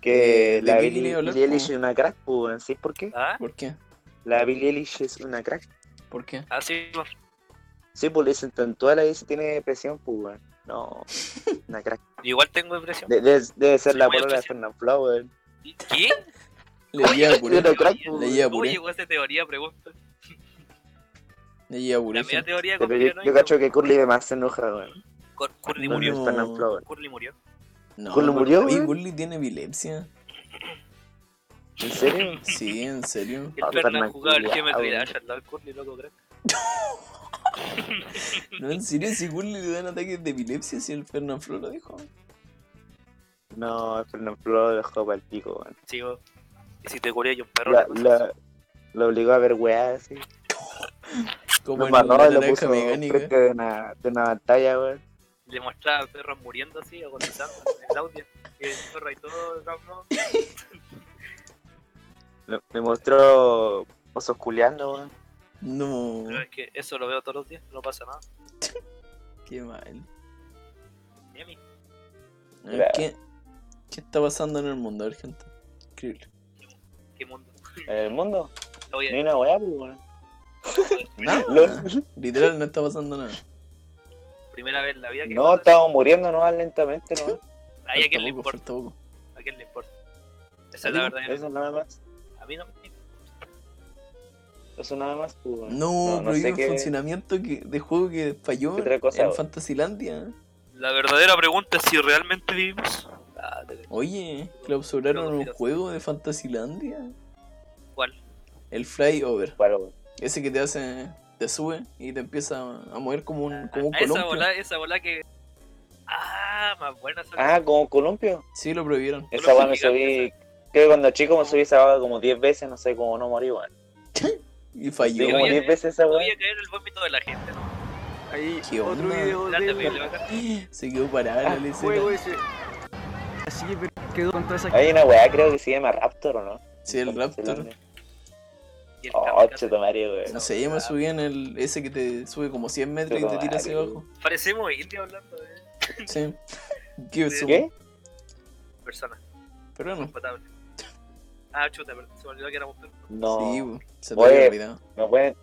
S2: que la
S1: ¿de qué
S2: Billie
S1: quería hablar,
S2: Billie Eilish
S1: po?
S2: es una crack, pues, weón, ¿sí? ¿Por qué?
S5: ¿Ah?
S1: ¿Por qué?
S2: La Billie Eilish es una crack.
S1: ¿Por qué?
S5: Ah, sí, po.
S2: Sí, pues, le dicen, "Tan- toda la vida se tiene depresión, pues, weón. No, una crack.
S5: Igual tengo depresión.
S2: De- de- debe ser
S5: Sí,
S2: la
S5: muy
S2: polola de
S5: especial.
S2: Fernand Flower.
S5: ¿Qué?
S1: Le lleva puré.
S2: Una crack,
S5: Oye,
S2: pues,
S1: Le
S2: weón.
S1: lleva
S5: ¿Cómo
S1: puré.
S5: llegó a esa teoría? Pregunta.
S1: Le lleva puré.
S5: La media teoría
S2: Pero yo, yo cacho que Curly de más se enoja, weón.
S5: Cur- Curly
S1: No,
S2: Con
S5: murió.
S2: el Fernand Flower.
S5: Curly murió.
S1: No,
S2: ¿Curly murió,
S1: Oye,
S2: weón?
S1: Curly tiene epilepsia.
S2: ¿En serio?
S1: Sí, en serio.
S5: El
S2: Ah,
S5: Fernand
S2: Fernand
S5: jugaba al
S2: Culeado,
S5: Geometry
S2: weón.
S5: Dash al lado del Curly, loco, crack.
S1: No, en serio, si Curly le dan ataques de epilepsia, si el Fernanfloo lo dijo.
S2: No, el Fernand Flower lo dejó para el pico, weón.
S5: Sí, po. Y si te curía yo un perro,
S2: La,
S5: le
S2: la- lo obligó a ver weá, así.
S1: Como
S2: No,
S1: en
S2: no,
S1: la
S2: lo
S1: naranja
S2: puso
S1: mecánica.
S2: frente de una, de una pantalla, weón.
S5: le mostraba perros muriendo así, agonizando en el audio. Y el perro ahí todo, no,
S2: Lo- Me mostró osos culeando, weón.
S1: No,
S5: Pero es que eso lo veo todos los días, no pasa nada.
S1: qué mal.
S5: Ni a mí.
S1: A ver, ¿Qué, ¿Qué está pasando en el mundo, a ver, gente? Increíble.
S5: ¿Qué mundo?
S2: ¿El mundo?
S5: Lo voy a
S2: Ni una weá, pues, weón.
S5: Ah.
S2: Ah.
S1: Nada. Literal, no está pasando nada.
S5: Primera vez en la vida que.
S2: No, estamos muriendo nomás lentamente, ¿no?
S5: Ay, a quién le
S1: Falta poco,
S5: importa.
S1: falta poco.
S5: ¿A quién le importa? Esa es la verdad.
S2: Eso nada más.
S5: A mí no me importa.
S2: Eso nada más, pues, weón.
S1: No,
S2: no
S1: prohíbe
S2: sé
S1: un
S2: qué-
S1: funcionamiento que, de juego que falló
S2: ¿Qué otra cosa,
S1: en
S2: weón?
S1: Fantasylandia.
S5: La verdadera pregunta es si realmente vivimos. Ah, te-
S1: Oye, clausuraron
S5: Pero,
S1: un
S5: mira.
S1: juego de Fantasylandia.
S5: ¿Cuál?
S1: El Flyover.
S2: Para, weón.
S1: Ese que te hace. Te sube y te empieza a mover como un, como un
S5: Ah, esa
S1: columpio.
S5: bola, esa bola que. Ah, más buena esa.
S2: Ah, como columpio.
S1: Sí, lo prohibieron.
S2: Esa weá me subí. Creo que cuando chico me subí esa weá como 10 veces, no sé cómo no morí, weón.
S1: Y
S2: Sí,
S1: falló.
S2: como
S5: oye,
S2: 10 veces esa
S5: Voy
S2: weá.
S5: a caer el vómito de la gente, ¿no?
S6: Ahí,
S1: ¿Qué
S6: otro
S1: onda?
S2: Pues
S6: video
S5: Era terrible,
S6: de
S5: bacán.
S1: Se quedó
S2: Ah,
S1: parada la
S6: el
S1: escena.
S6: juego ese. Así, pero quedó con toda esa...
S2: Hay una weá, creo que se llama Raptor, ¿o no?
S1: Sí, el Raptor.
S5: Y el
S2: Oh,
S5: kamikaze.
S2: cheto Mario, weón.
S1: No sé, yo me subí en el ese que te sube como 100 metros y te tira hacia abajo.
S5: Parecemos indios hablando de
S1: Sí. ¿Qué?
S5: ¿Qué?
S1: somos
S2: ¿Qué?
S5: personas
S1: peruanos?
S5: compatables. Ah, chuta, pero se me olvidó que éramos peruanos.
S2: No.
S1: Sí, bo, se te
S2: Oye.
S1: había olvidado.
S2: No pueden.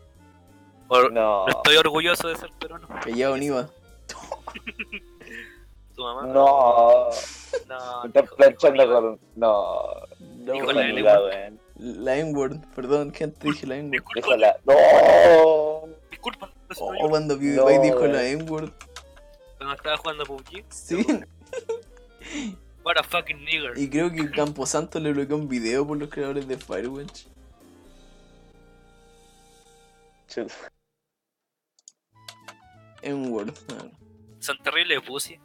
S5: Or-
S2: No.
S5: No estoy orgulloso de ser peruano.
S1: Callao, Niva.
S5: Tu mamá.
S2: No.
S5: No,
S2: Me están
S5: hijo-
S2: planchando
S5: hijo-
S2: con. No.
S1: No,
S5: Dijo
S2: con
S5: la
S2: la
S5: L,
S2: Liga, weón.
S1: La N-word, perdón, que antes dije la N-word.
S2: Dijo
S5: Disculpa,
S2: la. ¡No!
S5: disculpa. no soy
S1: Oh,
S5: yo.
S1: cuando PewDiePie
S2: No,
S1: dijo la
S2: güey.
S1: N-word.
S5: Cuando estaba jugando PUBG.
S1: Sí,
S5: What a fucking nigger.
S1: y creo que Camposanto le bloqueó un video por los creadores de Firewatch.
S2: Chuta.
S1: N-word, claro.
S5: Son terribles pussy.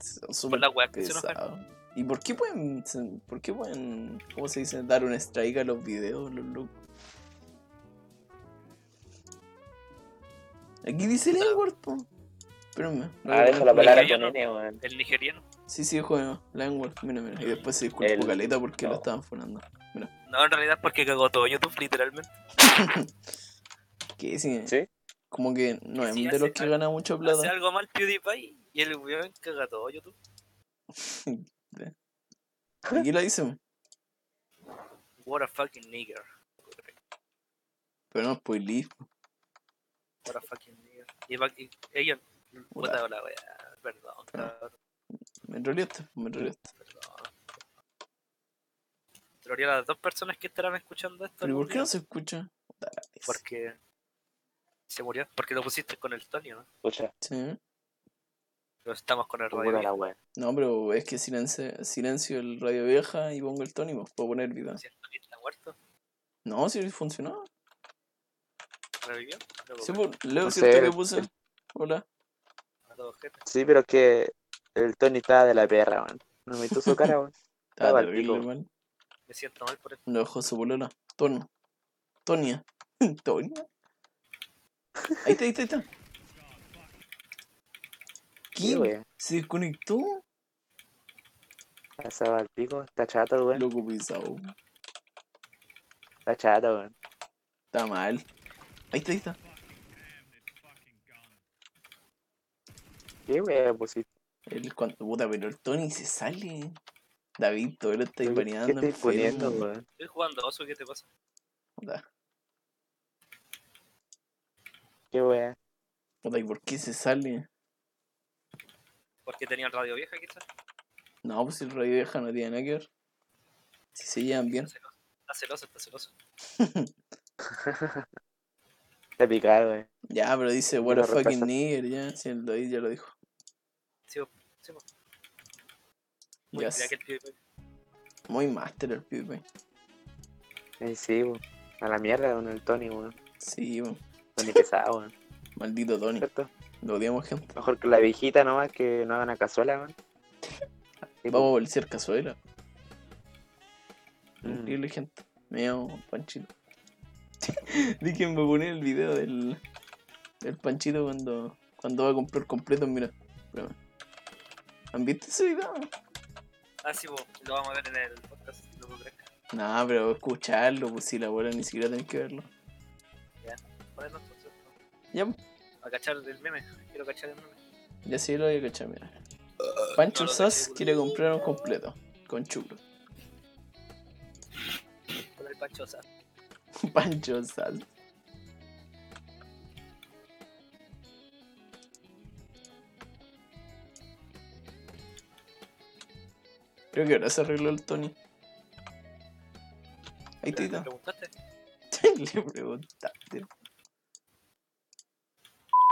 S1: Son
S5: Por
S1: súper
S5: la weá que se enojan.
S1: pesados. ¿Y por qué pueden, se- por qué pueden, cómo se dice, dar un strike a los videos, los locos? Aquí dice el N-word, po. Espérame. no lo
S2: Ah, dejo la
S1: conozco.
S2: palabra
S5: yo
S2: con
S5: no-
S2: N, weón.
S5: El nigeriano.
S1: Sí, sí, joder, Langward, mira, mira. Y después se disculpó
S2: El-
S1: Caleta porque lo
S2: no.
S1: estaban funando.
S5: No, en realidad porque cagó todo YouTube, literalmente.
S1: Que sí,
S2: ¿Sí?
S1: como que no es
S5: Sí,
S1: de los
S5: hace-
S1: que gana mucha
S5: Hace
S1: plata.
S5: algo mal PewDiePie y el weón caga todo YouTube.
S1: Aquí la dicen,
S5: What a fucking nigger.
S1: pero no, pues listo.
S5: What a fucking nigger. Y va- y- ellos. Puta la weá.
S1: Ah.
S5: Perdón, cabrón,
S1: Me troleaste, me troleaste.
S5: perdón. Troleé a las dos personas que estarán escuchando esto.
S1: ¿Pero ¿y por qué no
S5: algún
S1: se escucha? Puta la
S5: día.
S1: vez.
S5: Porque. Se murió. Porque lo pusiste con el Tony, ¿no?
S2: Escucha.
S1: Sí.
S5: Lo estamos con el radio.
S2: Puta
S5: bien.
S2: la weón.
S1: No, pero es que silencio, silencio el radio vieja y pongo el tónico, puedo poner el video.
S5: ¿Cierto que está muerto?
S1: No, si funcionó.
S5: ¿Revivió? Lo
S1: Sí,
S5: comió.
S1: pues, Leo,
S2: No sé,
S1: ¿cierto que
S2: el-
S1: puse? Hola.
S5: A todo objeto.
S2: Sí, pero es que el Tony estaba de la perra, weón. No me hizo su cara, weón.
S1: Estaba
S2: Estaba al
S1: Ah, terrible,
S2: pico.
S1: mal.
S5: Me siento mal por esto.
S1: Le dejó su polola. Tono. Tonia. Tonia. Ahí está, ahí está, ahí está.
S2: Sí,
S1: ¿Quién?
S2: weón.
S1: ¿Se desconectó?
S2: Estaba al pico. Está chato, weón.
S1: Loco pisado.
S2: Está chato, weón.
S1: Está mal. Ahí está, ahí está.
S2: ¿Qué weón? Pues sí.
S1: El cuanto puta, pero el Tony se sale. David, todo lo estáis
S2: ¿Qué
S1: baneando.
S2: estoy poniendo,
S1: enfermo.
S2: weón?
S5: Estoy jugando oso, ¿qué te pasa?
S1: Puta,
S2: ¿Qué weón?
S1: puta, ¿y por qué se sale?
S5: Porque tenía el radio vieja, quizás.
S1: No, pues el radio vieja no tiene nada que ver. Si se llevan bien.
S5: Está celoso, está celoso. Está celoso.
S2: Está picado, weón.
S1: Ya, pero dice, what a
S2: Una
S1: fucking
S2: reemplaza.
S1: nigger, ya. Si el David ya lo dijo.
S5: Muy
S1: Yes.
S5: crack el PewDiePie.
S1: Muy master el PvP.
S2: Eh, sí, weón. A la mierda con el Tony, weón.
S1: Sí, bueno.
S2: Tony pesado, weón.
S1: Maldito Tony.
S2: ¿Cierto?
S1: Lo odiamos, gente.
S2: Mejor que la viejita nomás que no haga una cazuela, weón. Sí,
S1: Vamos a volver cazuela.
S2: Mm.
S1: Increíble, gente. Me llamo Panchito. Di que me va a poner el video del, del Panchito cuando, cuando va a comprar completo. Mira, prueba. ¿Han visto ese video?
S5: Ah, sí, po, lo vamos a ver en el podcast. si Loco crack.
S1: No, pero escucharlo, pues si la abuela ni siquiera tenés que verlo.
S5: Bueno, entonces, ¿no?
S1: Ya,
S5: a cachar el meme. Quiero cachar el meme.
S1: ya sí lo voy a cachar, mira. Pancho
S5: no lo
S1: Sass
S5: caché,
S1: quiere comprar un completo con churro.
S5: Pancho Sal.
S1: Pancho Sal. Creo que ahora se arregló el Tony. Ahí te
S5: ¿Le preguntaste?
S1: Le preguntaste.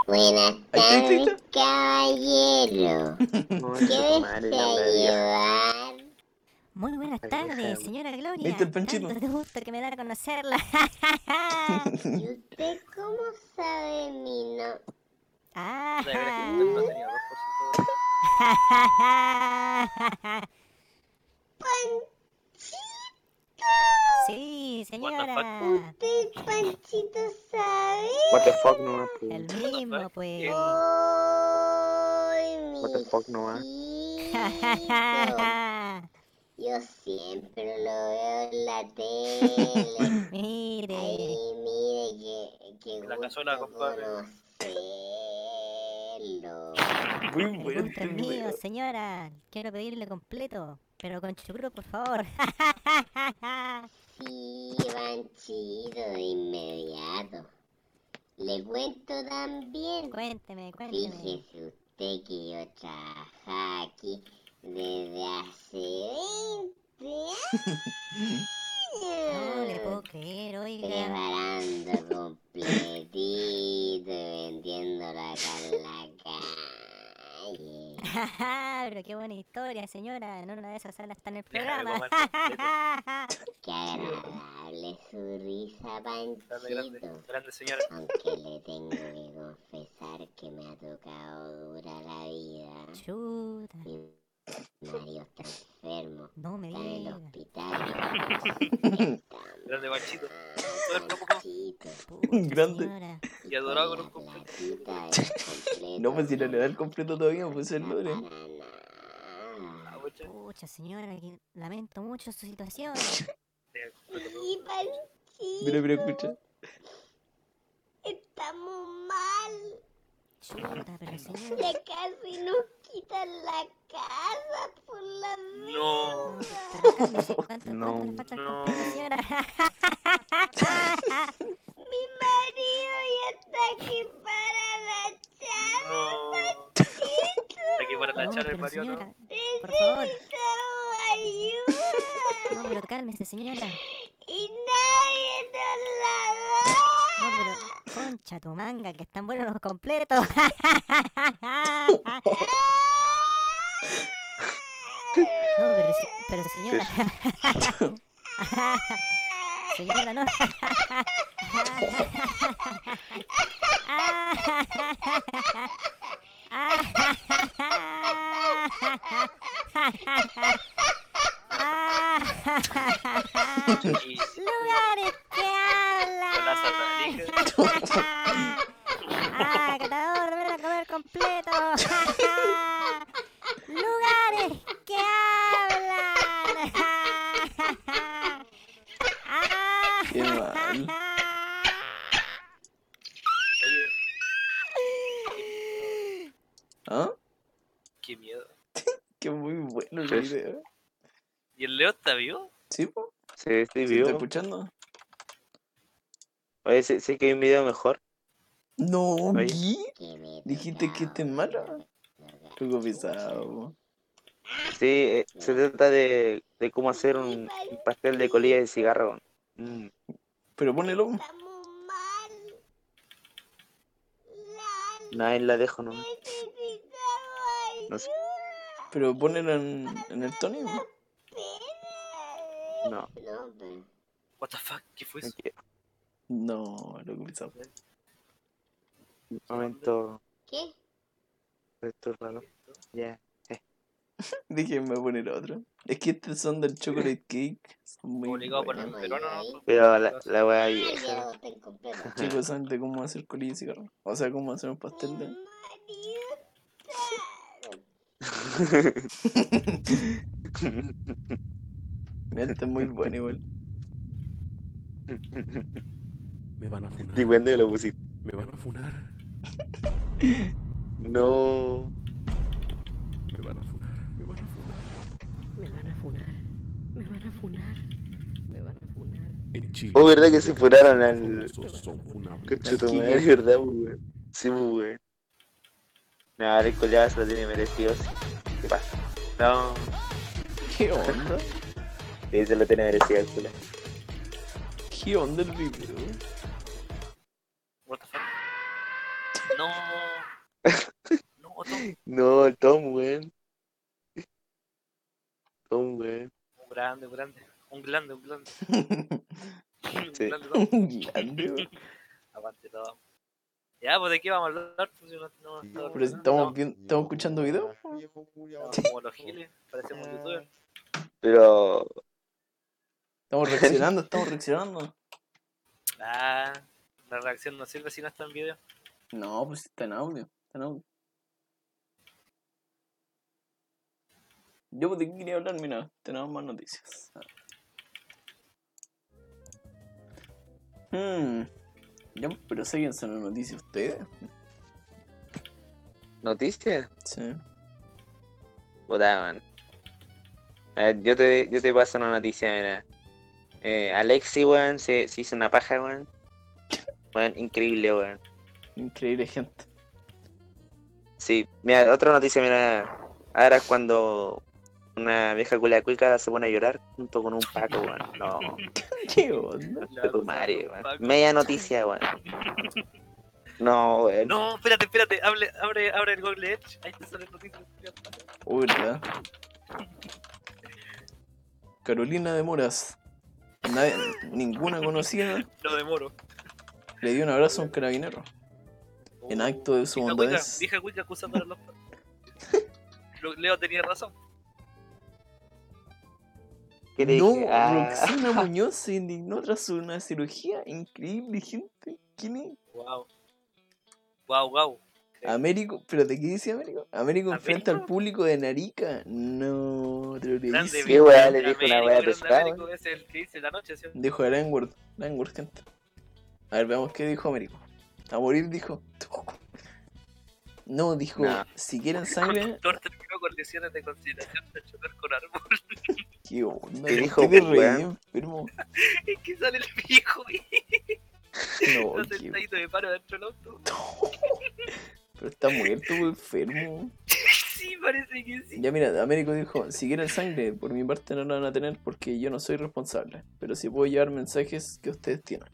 S7: Buenas
S1: Ahí está, ahí está, ahí
S7: tardes, caballero. ¿Qué desea ayudar?
S8: Muy buenas
S2: vieja
S8: tardes,
S2: de-
S8: señora Gloria.
S1: ¿Viste el panchito?
S8: Tanto gusto que me da a conocerla.
S7: ¿Y usted cómo sabe mi nombre?
S8: Ah,
S5: La gracia de no tenía 2%.
S8: sí,
S5: What the
S8: señora.
S7: ¿Usted, Panchito, sabe?
S2: What the fuck no más,
S8: El
S2: pues.
S8: mismo, pues.
S7: Ay,
S2: What the fuck no ah. más.
S7: mi Yo siempre lo veo en la tele.
S8: Mire.
S7: Ay, mire, que, que
S5: La cazuela, compadre.
S7: conocerlo.
S1: Muy
S8: El
S1: bueno
S8: gusto
S1: este
S8: es mío,
S1: video.
S8: señora. Quiero pedirle completo, pero con chucrú, por favor.
S7: Sí, Panchito, de inmediato. Le cuento también.
S8: cuénteme, cuénteme.
S7: Fíjese usted que yo trabajaba aquí desde hace 20
S8: No le puedo
S7: años.
S8: creer, oiga.
S7: Preparando completito y vendiéndola acá en la calle.
S8: pero qué buena historia, señora. En una de esas salas está en el
S5: Deja de
S8: programa.
S5: comer completo.
S7: Qué agradable su risa,
S5: Grande, grande,
S7: Panchito.
S5: grande señora.
S7: Aunque le tengo que confesar que me ha tocado dura la vida.
S8: Chuta,
S7: Mi marido está enfermo.
S8: no me
S7: Está en el
S8: diga.
S7: hospital.
S5: Grande Panchito. Todo el poco como-
S7: Panchito.
S8: Pucha,
S1: Grande.
S8: señora.
S5: Y adorado
S7: con
S5: con un
S7: la platita del completo,
S1: No, pues si no le da el completo todavía, pues el lore.
S7: para nada.
S5: Ah, mucha.
S8: Pucha, señora, que lamento mucho su situación.
S5: Eh,
S7: Y Panchito,
S1: Mira, mira, escucha.
S7: estamos mal.
S8: Chuta, pero señora.
S7: Ya casi nos quitan la casa por la
S5: No.
S8: no, pero calme, ¿cuánto- cuánto
S2: No,
S8: le falta al
S5: no.
S8: completo, señora?
S7: Mi marido ya está aquí para la charla.
S5: No. Aquí para
S8: No,
S5: tachar el
S8: pero
S5: Mario,
S8: señora,
S5: ¿no?
S8: por favor.
S7: Necesitamos ayuda.
S8: No, pero cálmese, señora.
S7: Y nadie nos la da.
S8: No, pero concha tu manga, que están buenos los completos. No, pero, se- pero señora. Señora, no.
S5: Y
S8: Lugares que
S5: con la
S8: hablan.
S5: satánica.
S8: ¡Ah, catador, ven a comer completo! ¡Lugares que hablan!
S1: Qué mal.
S5: Oye,
S1: ¿Ah?
S5: qué miedo.
S1: Qué muy bueno el video.
S5: ¿Y el Leo está vivo?
S1: ¿Sí, po?
S2: Sí, estoy
S1: ¿Sí está
S2: vivo.
S1: escuchando?
S2: Oye, sí, sí que hay un video mejor.
S1: No,
S2: Oye.
S1: ¿qué?
S7: Que me
S1: Dijiste que este es malo.
S7: tocaba.
S1: Luego
S5: pues,
S1: pesado. po.
S2: Sí, eh, se trata de, de cómo hacer un, un pastel de colilla de cigarro. Mm.
S1: Pero ponelo. po.
S7: Estamos mal. La
S2: Nah, ahí la dejo, ¿no?
S7: necesitamos ayuda.
S2: No sé.
S1: Pero ponelo en, en el Tony. po.
S2: No.
S7: No, pero
S5: What the fuck, ¿qué
S7: Pues
S5: fue eso?
S2: mentira.
S1: No, luego pesado.
S2: Un momento,
S7: ¿qué?
S2: restúrbalo. Ya.
S1: Déjenme poner otro. Es que estos son del chocolate cake. Son muy
S5: Obligado por
S1: buenos.
S5: el peruano, ¿no?
S2: Pero la, la weá
S7: Ay,
S2: ahí.
S7: ya lo tengo completo.
S1: Chicos, saben pues, de cómo hacer colilla y cigarro. O sea, cómo hacer un pastel
S7: Mi
S1: de.
S7: marido está-
S1: Mira, este es muy bueno igual.
S4: Me van a funar.
S2: Y Wendy lo pusiste.
S4: Me van a funar.
S2: No.
S4: Me van a funar. Me van a funar.
S9: Me van a funar. Me van a funar. Me van a funar.
S4: En Chile.
S2: Oh, ¿verdad que se funaron al-
S4: Famosos son funables.
S2: Conchetumare, es verdad, pues, weón. Sí, pues, weón. Nah, el culiado se lo tiene merecido. sí. ¿Qué pasa? No,
S1: ¿Qué onda?
S2: sí, se lo tiene merecido el culiao.
S1: ¿Qué onda el video?
S5: What the fuck? No. No, Tom,
S2: No, el Tom, weón. Tom, weón.
S5: un grande, un grande. Un grande, un grande. Un
S2: Sí.
S5: grande, Tom.
S1: Grande, weón.
S5: Aguante, Tom. Ya, pues de qué vamos a hablar. Pues, si no, no, no,
S1: Pero si estamos, viendo- estamos escuchando video.
S5: no, como los giles, parecemos youtubers.
S2: Pero,
S1: Estamos reaccionando, estamos reaccionando.
S5: Ah, la reacción no sirve si no está en video.
S1: No, pues está en audio. Está en audio. Yo pues, de qué quería hablar, mira, tenemos más noticias. Hmm. Ya, pero sé quién son las noticias ustedes.
S2: ¿noticias?
S1: Sí.
S2: votaban. A ver, yo te, yo te paso una noticia, mira. Eh, Alexi, weón, se, se hizo una paja, weón. Weón, increíble, weón.
S1: Increíble gente.
S2: Sí, mira, otra noticia, mira. Ahora es cuando una vieja culia cuica se pone a llorar junto con un paco, weón. No,
S1: ¿Qué onda?
S5: La
S2: de tu
S5: cosa,
S2: madre, weón.
S5: Paco.
S2: Media noticia, weón. No, weón.
S5: No, espérate, espérate, hable, abre, abre el Google Edge. Ahí te salen noticias.
S1: Uy, ¿verdad? Carolina de Moras. Nadie- ninguna conocida
S5: Lo demoro.
S1: le dio un abrazo a un carabinero. En acto de su
S5: Vieja
S1: bondad.
S5: Wicca, vieja Wicca acusando a los. Lo- Leo tenía razón.
S2: ¿Qué te
S1: No,
S2: dije? Ah,
S1: Roxana Muñoz se indignó tras una cirugía increíble, gente. ¿Quién es?
S5: Wow. Wow, wow.
S1: Américo, pero ¿de qué dice Américo? Américo enfrenta al
S5: ¿Américo?
S1: público de Narica. No, te lo
S5: Grande,
S2: Sí,
S1: dice.
S5: Vic,
S2: weá, le
S5: grande
S2: dijo una weá
S5: Américo,
S2: eh.
S5: grande
S2: pesada,
S5: Américo, Es el que dice la noche, ¿cierto?
S1: Dijo Langworth, Langworth, gente. A ver, veamos qué dijo Américo. A morir dijo. No, dijo,
S2: Nah.
S1: si quieren sangre,
S5: Doctor terminó con lesiones de consideración de chocar con árbol.
S1: qué onda.
S2: ¿Qué
S1: ¿por
S2: dijo,
S1: te
S2: weón?
S1: reí, enfermo?
S5: Es que sale el viejo y
S1: No,
S5: está
S1: qué-
S5: sentadito de paro dentro del auto.
S1: pero está muerto, weón, enfermo.
S5: Sí, parece que sí.
S1: Ya mira, Américo dijo, si quieren sangre, por mi parte no la van a tener porque yo no soy responsable, pero sí puedo llevar mensajes que ustedes tienen.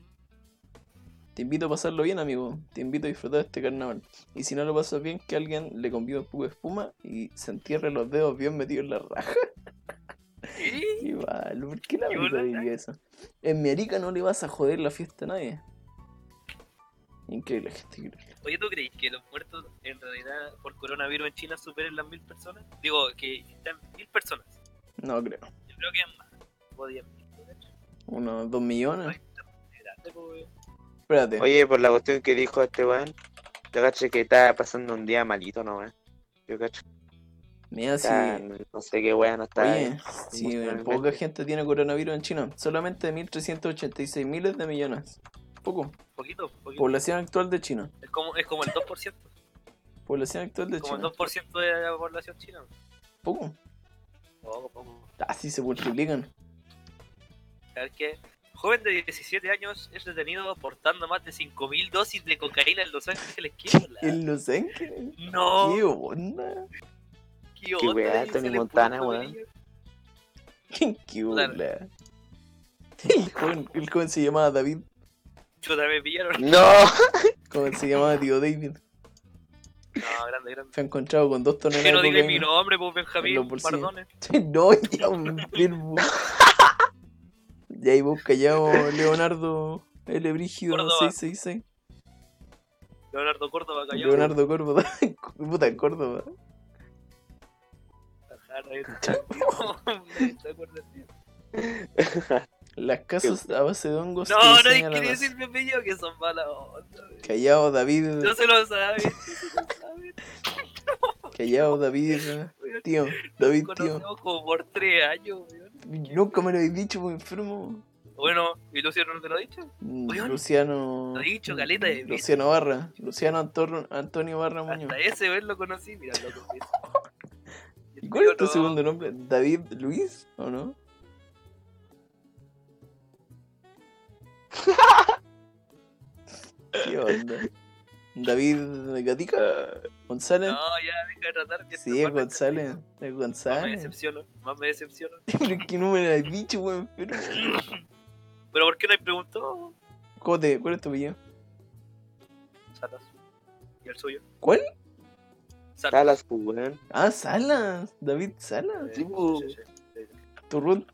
S1: Te invito a pasarlo bien, amigo. Te invito a disfrutar de este carnaval. Y si no lo pasas bien, que alguien le convida un poco de espuma y se entierre los dedos bien metidos en la raja.
S5: ¿Eh?
S1: Qué mal, ¿por qué la
S5: Qué
S1: Américo
S5: bonita.
S2: ¿eh?
S1: diría eso? En mi Arica no le vas a joder la fiesta a nadie. Increíble, gente. increíble.
S5: Oye, ¿tú crees que los muertos en realidad por coronavirus en China superen las mil personas? Digo, que están mil personas.
S1: No creo.
S5: Yo creo que es más. O diez mil.
S1: Unos dos
S2: Ah.
S1: millones.
S5: Ay. Grande, po, weón.
S1: Espérate.
S2: Oye, por la cuestión que dijo este weón, yo caché que estaba pasando un día malito, ¿no, weón? Yo cacho que
S1: Mira si...
S2: está- no sé qué weón, no está...
S1: Oye, si
S2: emocionalmente.
S1: poca gente tiene coronavirus en China, solamente 1.386 miles de millones. Poco.
S5: Poquito, poquito.
S1: Población actual de China.
S5: Es como, es como el 2%.
S1: Población actual de
S5: como el
S1: China.
S5: 2% de la población china.
S1: Poco.
S5: Poco, poco.
S1: Así se multiplican.
S5: A ver qué. Joven de 17 años es detenido portando más de 5.000 dosis de cocaína en Los Ángeles. ¿Qué habla?
S1: En Los Ángeles.
S5: No,
S1: ¿Qué onda?
S5: qué onda,
S2: weá,
S5: y
S2: Tony
S5: sale puro
S2: Montana,
S5: Tony.
S2: weón.
S1: ¿Qué onda? El joven, el joven se llamaba David.
S5: Chuta, me pillaron.
S2: ¡No!
S1: Como él se llamaba tío David.
S5: No, grande, grande.
S1: Fue encontrado con dos
S5: Que no
S1: toneladas de
S5: diga mi
S1: cocaína.
S5: nombre,
S1: En
S5: pues
S1: los
S5: Benjamín,
S1: bolsillos.
S5: perdone.
S1: No, ya un enfermo. Y ahí busca ya oh, Leonardo L. Brígido
S5: Córdoba.
S1: 666.
S5: Leonardo Córdoba cayó.
S1: Leonardo Córdoba. Puta Córdoba.
S5: Ajá, Ah, no, ahí está. No, ¿te acuerdas, tío?
S1: Las casas a base de hongos.
S5: No,
S1: que
S5: nadie
S1: diseña la
S5: quiere
S1: NASA.
S5: decir mi apellido, que son malas onda, weón.
S1: Callao David.
S5: No se lo sabe. no se lo sabe.
S1: Callao David.
S5: weón.
S1: Tío, David, tío.
S5: Conocemos como por tres años, weón.
S1: Nunca me lo habéis dicho, muy enfermo.
S5: Bueno, ¿y Luciano no te lo ha dicho?
S1: Mm,
S5: Weón,
S1: Luciano.
S5: lo he dicho, caleta de veces.
S1: Luciano Barra. Luciano Antor- Antonio Barra Muñoz.
S5: Hasta este ese, weón, lo conocí. Mira, lo conocí.
S1: ¿Y cuál es tu segundo nombre? ¿David Luis o no? ¿Qué onda? David Gatica, González.
S5: No, ya, deja de tratar. que
S1: sí,
S5: esto
S1: es
S5: es parte
S1: González. Es
S5: del- Más me
S1: González.
S5: decepciono, más me decepciono.
S1: Pero que no me la has dicho, weón. Pero...
S5: Pero ¿por qué no le preguntó?
S1: ¿Cómo te- ¿Cuál es tu apellido?
S5: Salas. ¿Y el suyo?
S1: ¿Cuál?
S5: Salas.
S2: Salas, pues, weón.
S1: Ah, Salas. David Salas.
S5: Eh,
S2: sí, po.
S1: pues.
S5: sí, sí.
S1: Tu root.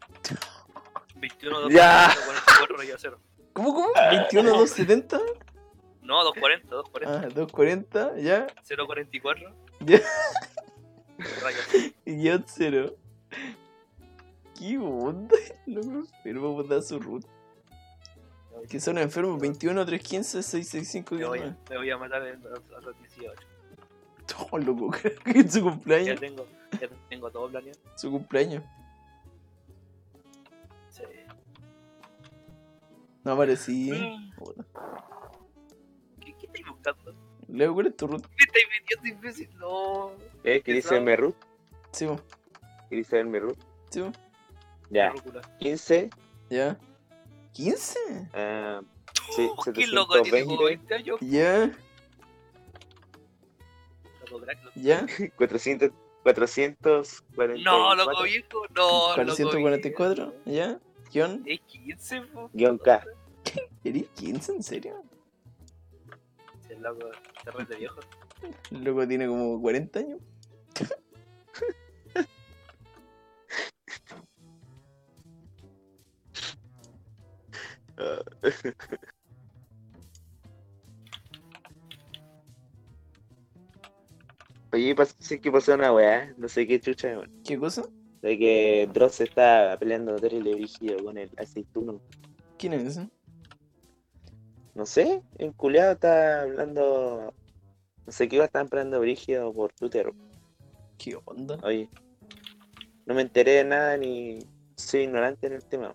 S5: 21, 2,
S2: Ya.
S5: 44, ya cero.
S1: ¿Cómo, cómo? 21, 270.
S5: No, 240, 240,
S1: Ah, 240. Ya.
S5: 044.
S1: Ah. Ya.
S5: Rayos.
S1: Y guión cero. ¿Qué onda? Loco, pero vamos a dar pues, su root. Que son enfermos 21, 315, 665.
S5: Me voy,
S1: guión
S5: a, me voy a matar en- a, a los 18.
S1: nueve. Oh, loco, que es su
S5: Ya
S1: cumpleaños.
S5: tengo, ya tengo todo planeado.
S1: Su cumpleaños.
S5: Sí.
S1: No aparecí.
S5: Mm.
S1: Puta.
S5: ¿Qué, ¿Qué estáis buscando?
S1: Leo, ¿cuál es tu root?
S5: ¿Qué me estáis metiendo, imbécil? No.
S2: ¿Eh? ¿Qué dice Merut?
S1: Sí, po,
S2: ¿Qué dice el Merut?
S1: sí, po.
S2: Ya.
S5: Rúcula.
S2: 15.
S1: ya. ¿15?
S2: ah, sí,
S5: Oh, ¿Qué loco tiene como
S2: 720.
S5: 20 años?
S1: Ya,
S5: Loco, crack, loco.
S1: ya.
S2: 400, 444.
S5: No, Oh, loco viejo, no. loco
S1: 444,
S5: viejo.
S1: ya. Guión.
S5: Es 15, po.
S2: Guión K.
S1: ¿Eres 15? ¿En serio?
S5: Sí, loco, te ríes de viejo.
S1: Loco tiene como 40 años.
S2: Ah, Oye, parece que pasó una weá. No sé qué chucha, weón.
S1: ¿Qué cosa?
S2: De que Dross está peleando terrible brígido con el aceituno.
S1: ¿Quién es ese?
S2: No sé, el culiado está hablando. No sé qué va a estar hablando brígido por Twitter.
S1: ¿Qué onda?
S2: Oye, no me enteré de nada ni soy ignorante en el tema.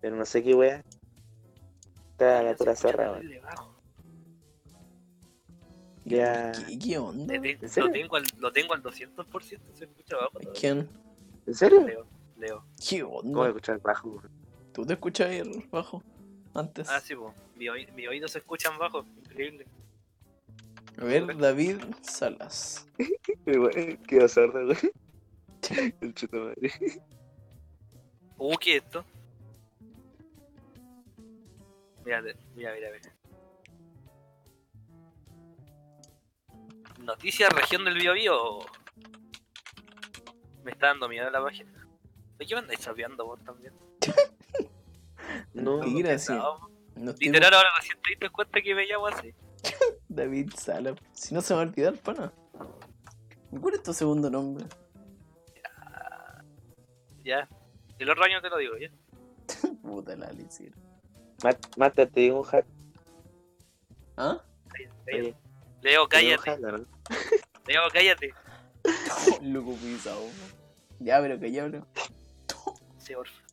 S2: Pero no sé qué wea. Está la pura zorra, weón.
S5: Le bajo.
S2: Ya.
S1: ¿Qué, qué onda?
S5: Le te-
S2: ¿En serio?
S5: Lo tengo al, lo tengo al 200%, se escucha abajo. todavía.
S1: ¿Quién?
S2: ¿En serio?
S5: Leo, Leo.
S1: ¿Qué
S2: ¿Cómo
S1: onda?
S2: escuchar bajo? weón?
S1: ¿Tú te escuchas ahí bajo? Antes.
S5: Ah, sí, po. Mi, oí- mi oído se escuchan bajo, increíble.
S1: A ver, David Salas.
S2: Y bueno, Quedó sordo, weón. El chuto madre.
S5: Uh, ¿qué es esto? Mira, te- mira, mira, mira. Noticias región del Bío Bío. Me está dando miedo la página. ¿De qué me andáis sabiando vos también?
S2: No.
S1: Mentira, sí.
S5: No,
S1: No estoy-
S5: literal, ahora recién te diste cuenta que me llamo así.
S1: David Salas. Si no se me va a olvidar, pana. ¿Cuál es tu segundo nombre?
S5: Ya. El otro año te lo digo, ya.
S1: Puta la Alicia.
S2: Mát- Mátate un hat.
S1: ¿Ah?
S5: Leo, Leo, cállate. Leo, cállate.
S1: Loco pisado. Ya, pero que ya, bro.
S5: Sí, por favor.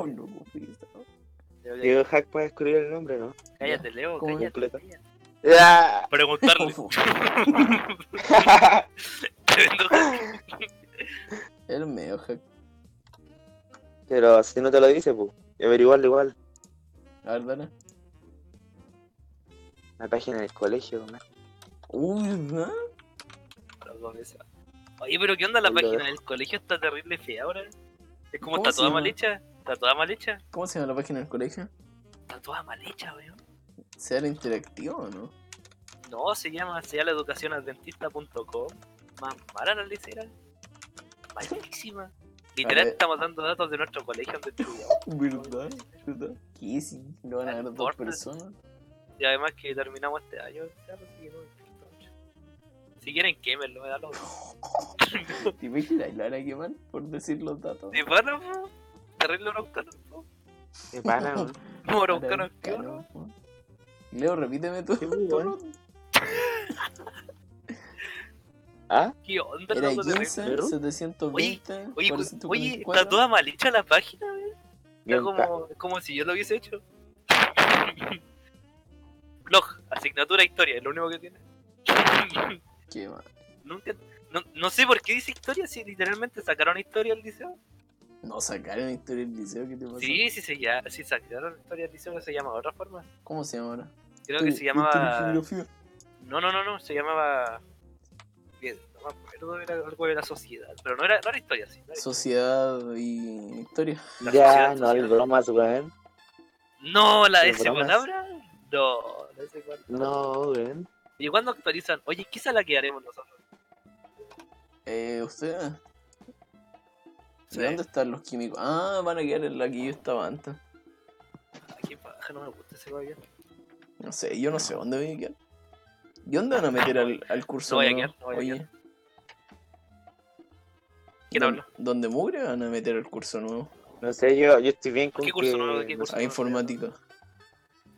S1: Oh, loco pisado.
S5: Leo, cállate.
S2: Diego Hack puede escribir el nombre, ¿no?
S5: Cállate, Leo,
S1: ¿Cómo
S5: cállate.
S2: completo?
S5: cállate.
S2: ¡Ya!
S5: Preguntarle. Tremendo
S1: El medio hack.
S2: Pero si no te lo dice, pues, averiguarlo igual.
S1: A ver, dale.
S2: La página del colegio, ¿no?
S1: Uy, ¿verdad?
S5: Los dos veces. Oye, pero ¿qué onda la
S2: Ahí lo
S5: página
S2: dejo.
S5: del colegio? Está terrible fea ahora. Es
S1: ¿Cómo
S5: como está
S1: se
S5: toda
S1: llama?
S5: mal hecha. Está toda mal hecha.
S1: ¿Cómo se llama la página del colegio?
S5: Está toda mal hecha, weón.
S1: ¿Sea interactivo o no?
S5: No, se llama sea la educación Más mala la literal. Malísima.
S1: A
S5: Literal
S1: ver.
S5: estamos dando datos de nuestro colegio donde estudiamos.
S1: ¿Verdad? ¿Verdad? ¿Qué? Si lo van a ver dos
S5: Importa.
S1: personas.
S5: Y además que terminamos este año. claro, así que no me importa mucho. Si quieren quémelo, me da lo mismo.
S1: ¿Te imaginas? ¿Lo van a quemar por decir los datos?
S5: ¿De pana, po? Terrible broncano, po.
S2: De pana, ¿no?
S1: Para
S5: Como broncano
S1: el
S5: activo,
S1: cano. Leo, repíteme tú.
S2: Sí,
S1: tú
S2: bueno.
S1: no-
S2: ¿Ah?
S5: ¿Qué onda,
S1: Era
S5: loco? Terrible.
S1: 15,
S2: ¿Perro?
S1: 720,
S5: Oye, cu- oye,
S1: 444.
S5: está toda mal hecha la página, weón. Está
S2: Bien,
S5: como, como si yo lo hubiese hecho. Blog, asignatura historia, es lo único que tiene.
S1: Qué mal.
S5: Nunca, no, no sé por qué dice historia si literalmente sacaron historia al liceo.
S1: No sacaron historia del liceo, ¿qué te pasa?
S5: Sí, sí, se ya, sí sacaron la historia del liceo, que se llama de otra forma.
S1: ¿Cómo se llama ahora?
S5: Creo que se
S1: Historia- historia y
S5: llamaba...
S1: geografía.
S5: No, no, no, no, se llamaba... Bien, no me acuerdo, era algo de la sociedad, pero no era, no era historia, sí. no era-
S1: Sociedad y historia.
S5: la
S2: Ya,
S5: sociedad
S2: no hay
S5: social.
S2: bromas, weón.
S5: No, la
S2: Sí,
S5: de ese
S2: bromas.
S5: palabra. No, la de ese palabra.
S2: No, weón.
S5: ¿Y cuándo actualizan? Oye, ¿qué sala que haremos nosotros?
S1: Eh, ¿ustedes?
S5: Sí.
S1: ¿Y dónde están los químicos? Ah, van a quedar en la que yo estaba antes.
S5: Ay, qué paja, no me gusta ese guay.
S1: No sé, yo no sé dónde voy a quedar. ¿Y dónde van a meter al, al curso?
S5: No voy a
S1: nuevo?
S5: quedar, no voy a
S1: Oye.
S5: quedar. ¿Quién
S1: ¿Dónde-
S5: habla?
S1: ¿Dónde mugre van a meter el curso nuevo?
S2: No sé, yo, yo estoy bien con
S5: ¿Qué curso
S2: que-
S5: nuevo? ¿Qué
S2: no
S5: curso?
S2: sé.
S1: A informática.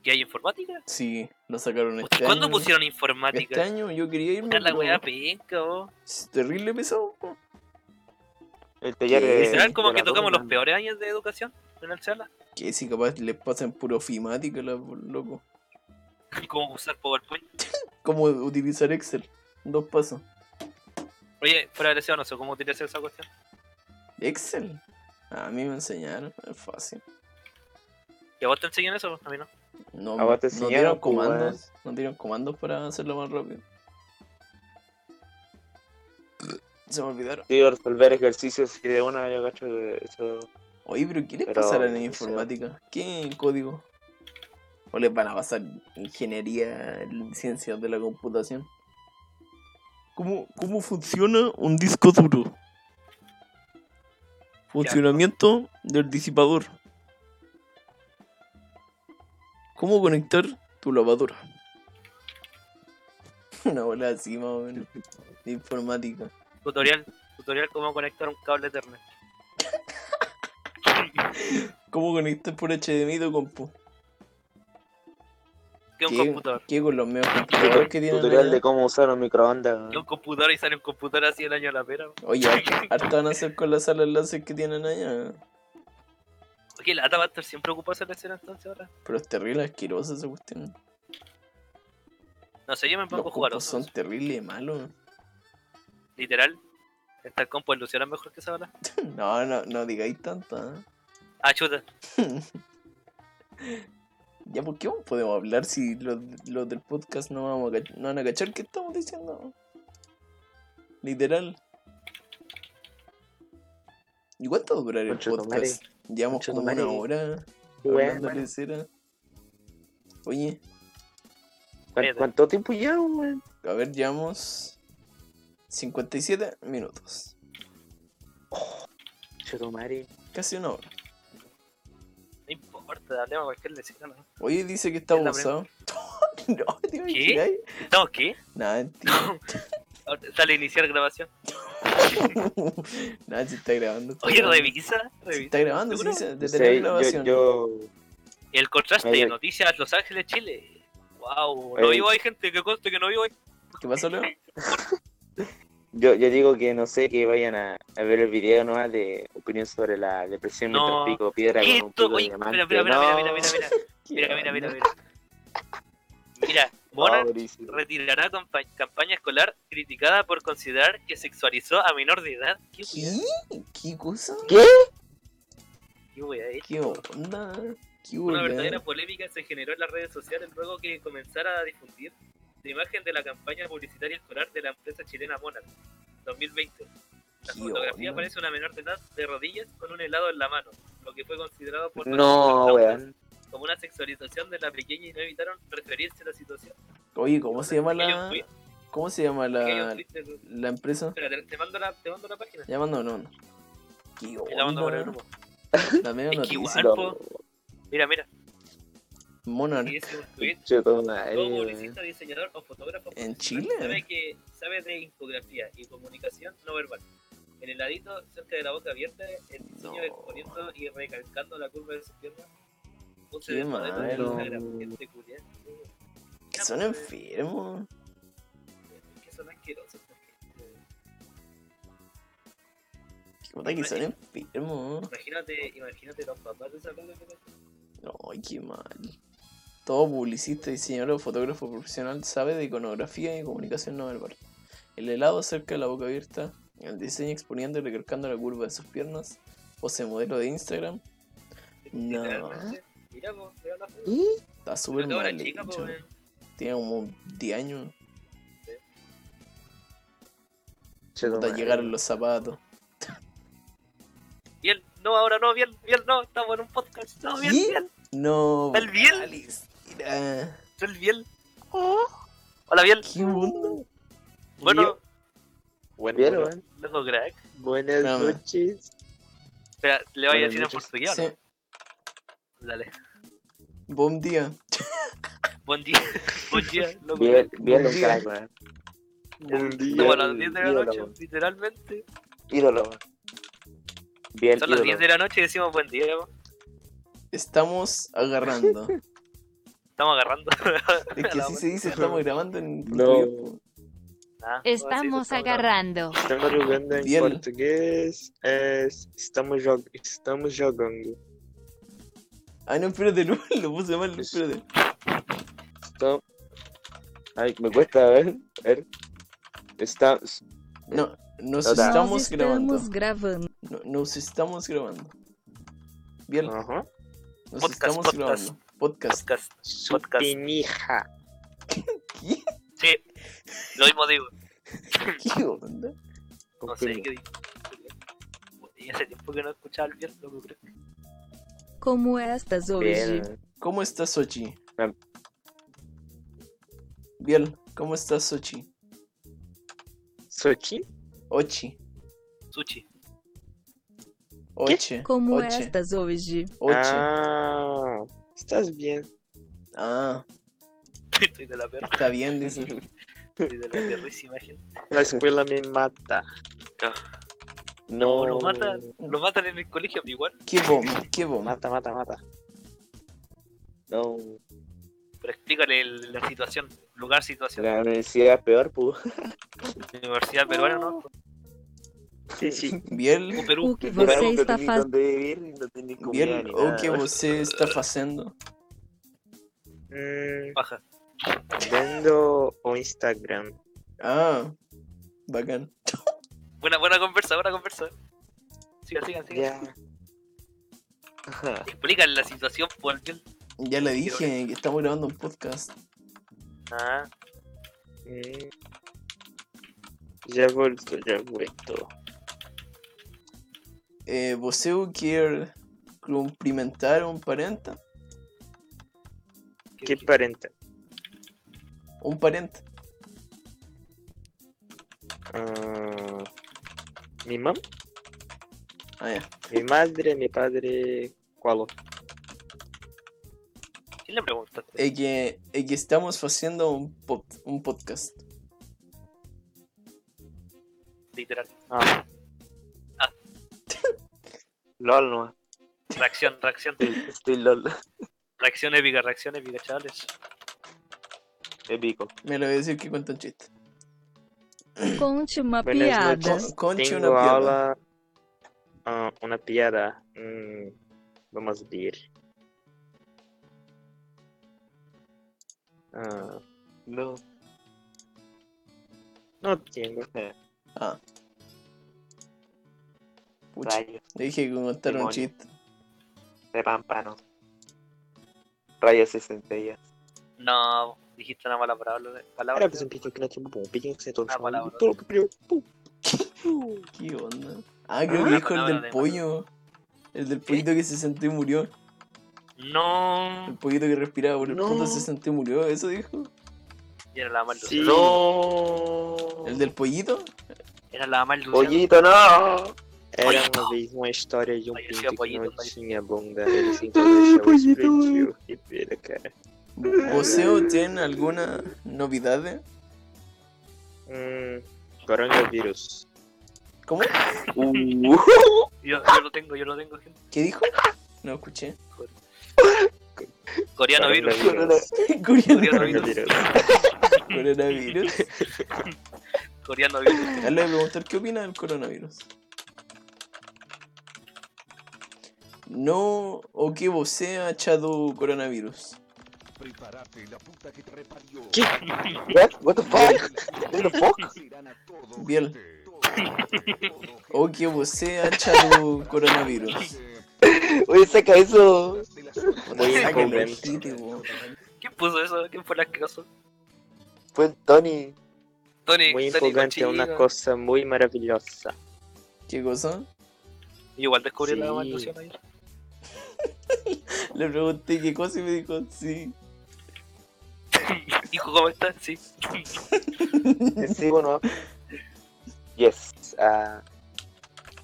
S5: ¿Qué hay informática?
S1: Sí, lo sacaron
S5: Puta,
S1: este
S5: ¿Cuándo
S1: año.
S5: pusieron
S1: Este
S5: informática?
S1: año yo quería irme.
S5: Puta, la
S1: pero
S5: weá penca, vos.
S1: es Terrible pesado. po.
S2: El taller
S1: ¿Qué?
S2: de-
S5: Literal, como
S2: de
S5: que
S2: la
S5: tocamos los
S2: Roma.
S5: peores años de educación en el sala.
S1: Que si capaz les pasan puro ofimática, la- loco.
S5: Como usar PowerPoint.
S1: ¿Cómo utilizar Excel? Dos pasos.
S5: Oye, fuera de lesión, no sé cómo utilizar esa cuestión.
S1: ¿Excel? A mí me enseñaron, es fácil.
S5: ¿Y a vos te enseñan eso? A mí no.
S1: No,
S2: ¿A vos te
S1: no
S2: enseñaron,
S1: dieron
S2: pues, weón?
S1: comandos. No dieron comandos para hacerlo más rápido. Se me olvidaron.
S2: Sí, o resolver ejercicios y de una yo cacho que eso.
S1: Oye, pero ¿qué les
S2: Pero,
S1: pasará en
S2: no sé.
S1: informática? ¿Qué código? ¿O les van a pasar ingeniería, ciencias de la computación? ¿Cómo, cómo funciona un disco duro? Funcionamiento del disipador. ¿Cómo conectar tu lavadora? Una bola así más o menos de informática.
S5: Tutorial. Tutorial cómo conectar un cable Ethernet.
S1: ¿Cómo conectar por HDMI tu compu?
S5: ¿Qué es un
S1: ¿Qué?
S5: computador?
S1: ¿Qué con los medios computadores que tienen?
S2: Tutorial
S1: allá?
S2: de cómo usar un microondas.
S5: ¿Qué es un computador y sale un computador así el año a la pera? vos.
S1: Oye, harto- harto van a hacer con la sala de enlaces que tienen allá.
S5: Oye, la va a estar siempre ocupada esa lección entonces ahora.
S1: Pero es terrible asquerosa esa cuestión.
S5: No sé, yo me
S1: Los
S5: pongo a jugar
S1: cupos
S5: otros.
S1: son terrible malos.
S5: Literal. Esta compu en Luciana es mejor que esa ahora.
S1: No, no, no digáis tanta. ¿eh?
S5: Ah, chuta.
S1: Ya, ¿por qué no podemos hablar si los, los del podcast no, vamos a cach- no van a cachar qué estamos diciendo? Literal. ¿Y cuánto va a durar el
S2: Conchetumare.
S1: podcast? Llevamos como una
S2: Conchetumare.
S1: hora
S2: Weón,
S1: hablando de cera. Oye,
S2: ¿cuán- ¿Cuánto tiempo ya, weón?
S1: A ver, llevamos 57 minutos.
S2: Chetumare.
S1: Casi una hora.
S5: No importa, hablemos cualquier lección. ¿no?
S1: Oye, dice que está
S5: Es la
S1: abusado. no, te imaginas.
S5: ¿Qué? ¿Estamos qué?
S1: Nada, tío.
S5: Ahora Sale a iniciar grabación.
S1: Nada, se está grabando. está
S5: Oye,
S1: grabando.
S5: revisa.
S1: Se
S5: revisa.
S1: está grabando, sí,
S5: ¿Seguro?
S1: dice.
S2: No
S1: Detener
S2: sé, yo,
S1: grabación.
S2: yo.
S5: El contraste
S2: Oye.
S5: de noticias Los Ángeles, Chile. Wow, no
S2: Oye.
S5: vivo ahí, gente. Que conste que no vivo ahí.
S1: ¿Qué pasó, Leo?
S2: Yo, yo digo que no sé que vayan a, a ver el video nomás de opinión sobre la depresión
S5: No.
S2: mientras pico piedra
S5: ¿Qué
S2: con un
S5: esto?
S2: pico de
S5: Oye,
S2: diamante.
S5: mira, mira, mira,
S2: No,
S5: mira, mira, mira, mira. Mira, mira, mira, mira. Mira, Mona
S2: pobrecito.
S5: retirará compa- campaña escolar criticada por considerar que sexualizó a menor de edad. ¿Qué wea?
S1: ¿Qué? ¿Qué cosa?
S5: ¿Qué wea eh. es?
S1: ¿Qué onda? ¿Qué
S5: Una
S1: onda?
S5: verdadera polémica se generó en las redes sociales luego que comenzara a difundir la imagen de la campaña publicitaria escolar de la empresa chilena Monarch 2020. La
S1: ¿Qué
S5: fotografía
S1: onda?
S5: aparece una menor de edad de rodillas con un helado en la mano, lo que fue considerado por
S2: No,
S5: los internautas
S2: weón.
S5: como una sexualización de la pequeña y no evitaron referirse a la situación.
S1: Oye, ¿cómo se llama
S5: Aquello
S1: la.
S5: fue-
S1: ¿Cómo se llama
S5: aquello
S1: la,
S5: fue- te-
S1: la empresa?
S5: Espera, te, te mando la, te mando la página.
S1: Llamando, no, no. ¿Qué
S5: Te la mando por el
S1: onda?
S5: grupo.
S1: La media
S5: Es que
S1: noticia.
S5: igual, po. Mira, mira.
S1: Monarch.
S5: Y es un tweet
S2: Chetumare,
S5: Todo
S2: weón.
S5: publicista, diseñador o fotógrafo
S1: ¿En
S5: profesional
S1: Chile?
S5: sabe que sabe de infografía y comunicación no verbal. El heladito cerca de la boca abierta, el diseño
S1: No.
S5: exponiendo y recalcando la curva de su pierna. Puse
S1: Qué
S5: de modelo en
S1: malo.
S5: Instagram, gente culiada.
S1: Que son enfermos.
S5: Que son asquerosos. esta gente.
S1: Que puta que son enfermos.
S5: Imagínate, imagínate los papás de esa cosa que
S1: No, qué mal. Todo publicista, diseñador o fotógrafo profesional sabe de iconografía y comunicación no verbal. El helado cerca de la boca abierta, el diseño exponiendo y recalcando la curva de sus piernas, pose modelo de Instagram. No.
S5: Literalmente. Mira, po, veo la foto.
S1: Está súper
S5: Pero tengo
S1: mal
S5: una chica, po,
S1: hecho.
S5: weón.
S1: Tiene como 10 años.
S2: Cheto
S1: Puta,
S2: madre.
S1: llegaron los zapatos.
S5: Bien, no, ahora no, bien, bien, no, estamos en un podcast. No, bien,
S1: ¿Sí?
S5: bien.
S1: No.
S5: ¿El Biel?
S1: Alex, mira.
S5: Soy el Biel. Oh. Hola, Biel.
S1: ¿Qué onda?
S5: Bueno,
S2: Bueno,
S9: Bien,
S2: bueno.
S9: weón.
S5: loco crack.
S9: Buenas
S1: Nada.
S9: noches.
S5: Espera, ¿le voy a
S9: Buenas
S5: decir en
S9: noches.
S5: portugués o
S1: Sí.
S5: no? Dale.
S1: Buen día.
S5: Buen día, buen día, loco.
S2: Bien, bien,
S9: Buen
S2: un
S9: día.
S2: crack, weón.
S9: Buen día.
S5: Como a las 10 de la
S2: Ídolo,
S5: noche,
S2: weón.
S5: literalmente.
S2: Ídolo, weón. Bien,
S5: Son las
S2: ídolo.
S5: 10 de la noche y decimos buen día, weón.
S1: Estamos agarrando.
S5: Estamos agarrando.
S1: Es que si se dice estamos grabando en
S9: No.
S1: portugués,
S5: Nah, no,
S10: Estamos
S5: sí, grabando.
S10: agarrando.
S9: Estamos jogando em
S1: Bien.
S9: portugués. Es, estamos, jog estamos jogando.
S1: Ah, no, espérate, no, lo puse mal, espérate.
S9: Estam- Ay, me cuesta, a ver. A ver. Estamos.
S1: No, nos
S9: Total.
S1: estamos grabando.
S10: grabando.
S1: No, nos estamos grabando. Bien,
S9: Ajá.
S1: nos
S5: Podcast,
S1: estamos
S5: podcast.
S1: grabando. Podcast.
S5: Podcast. Podcast.
S9: Supinija.
S1: ¿Qué?
S5: Sí, lo mismo digo.
S1: ¿Qué onda?
S5: No sé qué digo. Y hace tiempo que no escuchaba el bien, loco crack.
S10: Como estas
S9: Bien.
S1: ¿Cómo estás, Sochi?
S9: Bien.
S1: Bien, ¿cómo estás, Sochi?
S9: Sochi?
S1: Ochi.
S5: Sushi.
S1: Oche. Oche.
S10: hoje?
S1: Oche.
S9: Ah, estás bien.
S1: Ah,
S5: Estoy de la perra,
S1: está bien, dice.
S5: estoy de la perrísima gente.
S9: La escuela me mata.
S5: No,
S9: No,
S1: Oh.
S5: lo matan, lo matan en el colegio, igual.
S1: Qué bomba, qué bomba.
S9: Mata, mata, mata. No,
S5: Pero explícale el- la situación, lugar, situación.
S9: la universidad es peor, pu.
S5: Universidad peruana, ¿no?
S9: Sí, sí.
S1: Bien,
S5: O Perú.
S10: que
S2: Pero no tenés dónde vivir, no tenés comida
S1: bien, oh,
S2: ni
S1: o
S2: nada.
S1: que você está haciendo.
S9: Mm,
S5: Baja.
S9: vendo o Instagram.
S1: Ah, bacán.
S5: Buena, buena conversa, buena conversa. Sigan, sigan, sigan.
S9: Ya.
S5: Explícale la situación, pues, por el bien.
S1: Ya le dije que estamos grabando un podcast.
S5: Ah,
S9: Mm. Ya he vuelto, ya he vuelto.
S1: Eh, você o quer cumprimentar un parente?
S9: ¿Qué parenta?
S1: Un parente.
S9: Ah, mi mam,
S1: Ah, ya.
S9: mi madre, mi padre, ¿cuál?
S5: ¿Quién le pregunta?
S1: Es que, es que estamos haciendo un, pod- un podcast.
S5: Literal.
S9: Ah.
S5: Ah.
S9: LOL, no.
S5: Reacción, reacción.
S2: Estoy, estoy lol.
S5: Reacción épica, reacción épica, chavales.
S2: Épico.
S1: Me lo voy a decir que cuenta un chiste.
S10: Conte uma
S9: Buenas piada. noches.
S1: Con- Conche una
S9: Tengo
S1: piada.
S9: ahora ah, una piada. Mm, vamos a ver. Ah,
S2: No.
S9: no tengo.
S5: É,
S1: Ah. Pucha,
S2: Rayos
S1: le dije que contar un
S2: Demonio.
S1: chiste.
S5: é
S2: de pámpano. Rayos y
S5: um.
S2: centellas.
S5: No, dijiste una mala palabra. eh,
S9: Era
S5: palabra
S9: pues un pico que no tiene bom, pico que é se toma
S5: Ah,
S9: chão,
S5: palavra.
S9: e todo que pariu. Pum.
S1: ¿Qué onda? Ah, creo que dijo
S5: Ah,
S1: el
S5: palabra
S1: del
S5: de
S1: pollo. El del pollito que se sentó y murió. El
S5: No.
S1: pollito que respiraba por el
S9: No.
S1: punto se sentó y murió. ¿Eso dijo?
S5: Y era la más
S9: Sí.
S2: No.
S1: ¿El del pollito?
S5: Era la más dulce.
S2: Pollito, no.
S9: Era uma vez uma história de um
S5: Aí eu
S9: pinto
S5: tinha
S9: que não
S5: apanhado, mas-
S9: tinha bunda. Ele tentou deixar o explodiu. Que pena, cara.
S1: ¿Voceo tiene alguna novedad?
S9: Hum, coronavírus.
S1: ¿Cómo?
S2: Uh,
S5: Yo, yo lo tengo, yo lo tengo, gente.
S1: ¿Qué dijo? No escuché.
S5: Coreano virus.
S1: Coreano-
S9: Coronavírus.
S1: Coronavirus.
S5: Coreano virus.
S1: Ya le voy a preguntar qué opina del coronavirus. No, o que você acha do coronavírus?
S3: Prepárate, la puta que te reparió.
S2: ¿Qué? What? What the fuck? What the fuck?
S1: Biel. Oh, que você acha do coronavírus?
S2: Oye, saca eso. Muy
S1: Sáquenlo,
S2: incongruente.
S1: quite, weón.
S5: ¿Quién puso eso? ¿Quién fue el asqueroso?
S2: Fue el Tony.
S5: Tony,
S2: Muy
S5: Tony
S2: impugante,
S5: cochino.
S2: una cosa muy maravillosa.
S1: ¿Qué cosa?
S5: Y igual descubrí la
S2: Sí.
S5: maldición ahí.
S1: Le pregunté qué cosa y me dijo, sí.
S5: Hijo, ¿cómo estás? Sí.
S2: Sí, bueno. Yes. ah,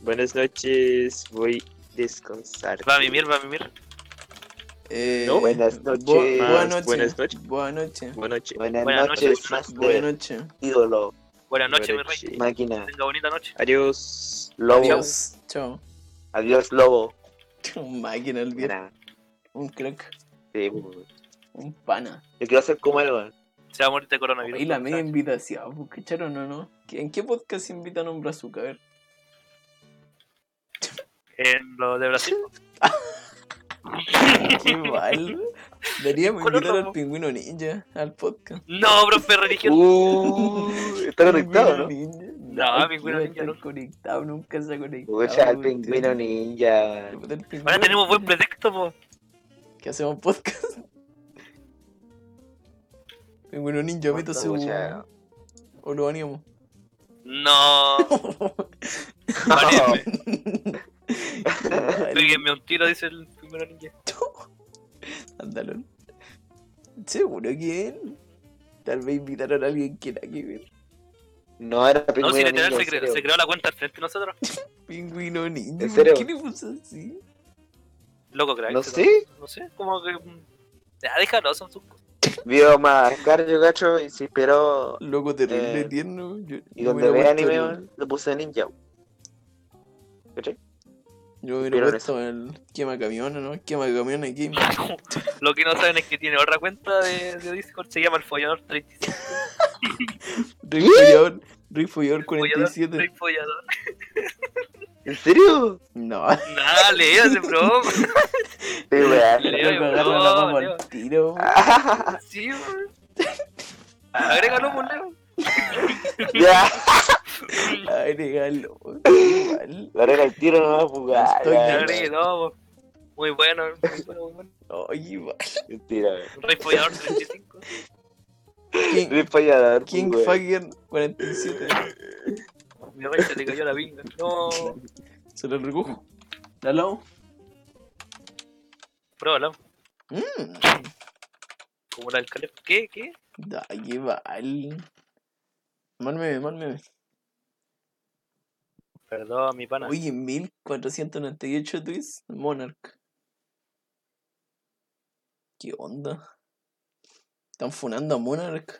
S2: buenas noches, voy a descansar.
S5: Va a mimir, va a mimir.
S1: Eh,
S2: No, buenas noches.
S1: bu- buenas
S2: Más,
S1: noches.
S2: buenas noches.
S1: Buenas noches.
S2: Buenas noches.
S11: Buenas,
S5: Buenas
S11: noches,
S5: noches,
S11: Master
S1: Buenas noches.
S11: ídolo,
S5: Buenas noches, mi
S2: Buenas
S5: rey.
S2: noches.
S11: máquina,
S5: Tenga bonita noche.
S2: Adiós.
S11: lobo, adiós,
S1: Adiós. Chao.
S11: lobo.
S1: Un máquina el viejo.
S11: Buena.
S1: Un crack.
S11: Sí, weón.
S1: Un pana.
S11: yo quiero ser como él, weón.
S5: Se va a morir de coronavirus.
S1: Y la media invitación, pues, ¿cacharon o no? ¿Qué- ¿En qué podcast invitan a un brazuca? A ver.
S5: En lo de Brasil.
S1: Qué mal. Deberíamos
S5: Color
S1: invitar al
S5: rojo.
S1: pingüino ninja al podcast.
S5: No, profe, religión.
S2: Uh, está conectado, ¿no?
S1: Pingüino ninja.
S5: No,
S1: aquí
S5: pingüino
S1: va a
S5: ninja
S1: estar
S5: no.
S1: conectado, nunca se ha conectado.
S2: Escucha el
S1: weón,
S2: pingüino
S1: tío.
S2: ninja.
S1: El pingüino
S5: Ahora tenemos buen
S2: uh.
S1: ninja.
S5: pretexto, po.
S1: que hacemos podcast. Pingüino ninja, meta su.
S2: Escucha.
S1: O lo baneamos.
S5: No. Párenme. Péguenme un tiro, dice el primero ninja.
S1: Ándalo. Seguro que él. Tal vez invitaron a alguien que era que ver.
S2: No era
S5: No,
S2: pingüino
S5: si
S2: ninja.
S5: literal se,
S2: en
S5: cre-
S2: serio.
S5: se creó la cuenta al frente de nosotros.
S1: Pingüino ninja.
S2: ¿En serio?
S1: ¿Por qué le puso así?
S5: Loco, crack.
S2: No
S5: se-
S2: sé.
S5: No sé, como que. mm, Ya, déjalo, son sus cosas.
S2: Vio más Cardio Gacho y se inspiró.
S1: Loco terrible,
S2: Eh,
S1: tierno. Yo,
S2: Y
S1: yo hubiera
S2: donde ve
S1: puesto
S2: anime,
S1: el-
S2: weón, le puse ninja.
S1: Yo hubiera
S2: Vieron
S1: puesto el quema camiones, ¿no? Quema camiones aquí.
S5: Lo que no saben es que tiene otra cuenta de, de Discord, se llama el Follador 37.
S1: Rick Follador, Rick Follador
S5: Follador,
S1: 47.
S5: soy follador.
S2: ¿En serio?
S1: No,
S5: Nah, leo ese bro.
S2: Sí, weón.
S5: Leo,
S1: Loco, agarra la
S5: no,
S1: papa
S5: Leo.
S1: al tiro.
S5: Sí, weón. Agrégalo, pues, Leo.
S2: Ya.
S1: Agregalo. Igual.
S2: La regla del tiro no va a jugar.
S1: Estoy
S2: weón.
S5: Agrégalo, po. pues. Muy bueno, muy bueno, muy bueno.
S1: Oye, igual.
S2: Mentira, weón.
S5: Rey Follador 35.
S1: King,
S2: Rip fallador,
S1: King
S2: weón.
S1: Fucker 47.
S5: Mi rey se le cayó la pinga. No.
S1: Se lo recojo. Lalo.
S5: Pruébalo.
S1: Mm.
S5: Como la del calef. ¿Qué? ¿Qué?
S1: Da, qué mal. Mal meme, mal meme.
S5: Perdón, mi pana.
S1: Oye, 1498 tweets. Monarch. ¿Qué onda? Están funando a Monarch.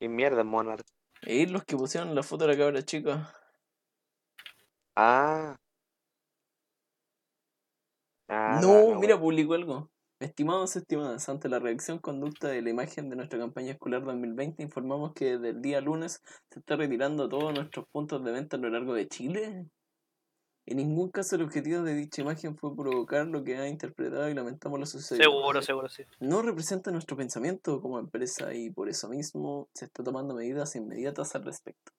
S2: Y mierda, Monarch.
S1: Eh, los que pusieron la foto de la cabra chica.
S2: Ah. Ah,
S1: no,
S2: la
S1: mira, publicó algo. Estimados, estimadas, ante la reacción conducta de la imagen de nuestra campaña escolar 2020, informamos que desde el día lunes se está retirando todos nuestros puntos de venta a lo largo de Chile. En ningún caso el objetivo de dicha imagen fue provocar lo que ha interpretado y lamentamos lo sucedido.
S5: Seguro, seguro, sí.
S1: No representa nuestro pensamiento como empresa y por eso mismo se está tomando medidas inmediatas al respecto,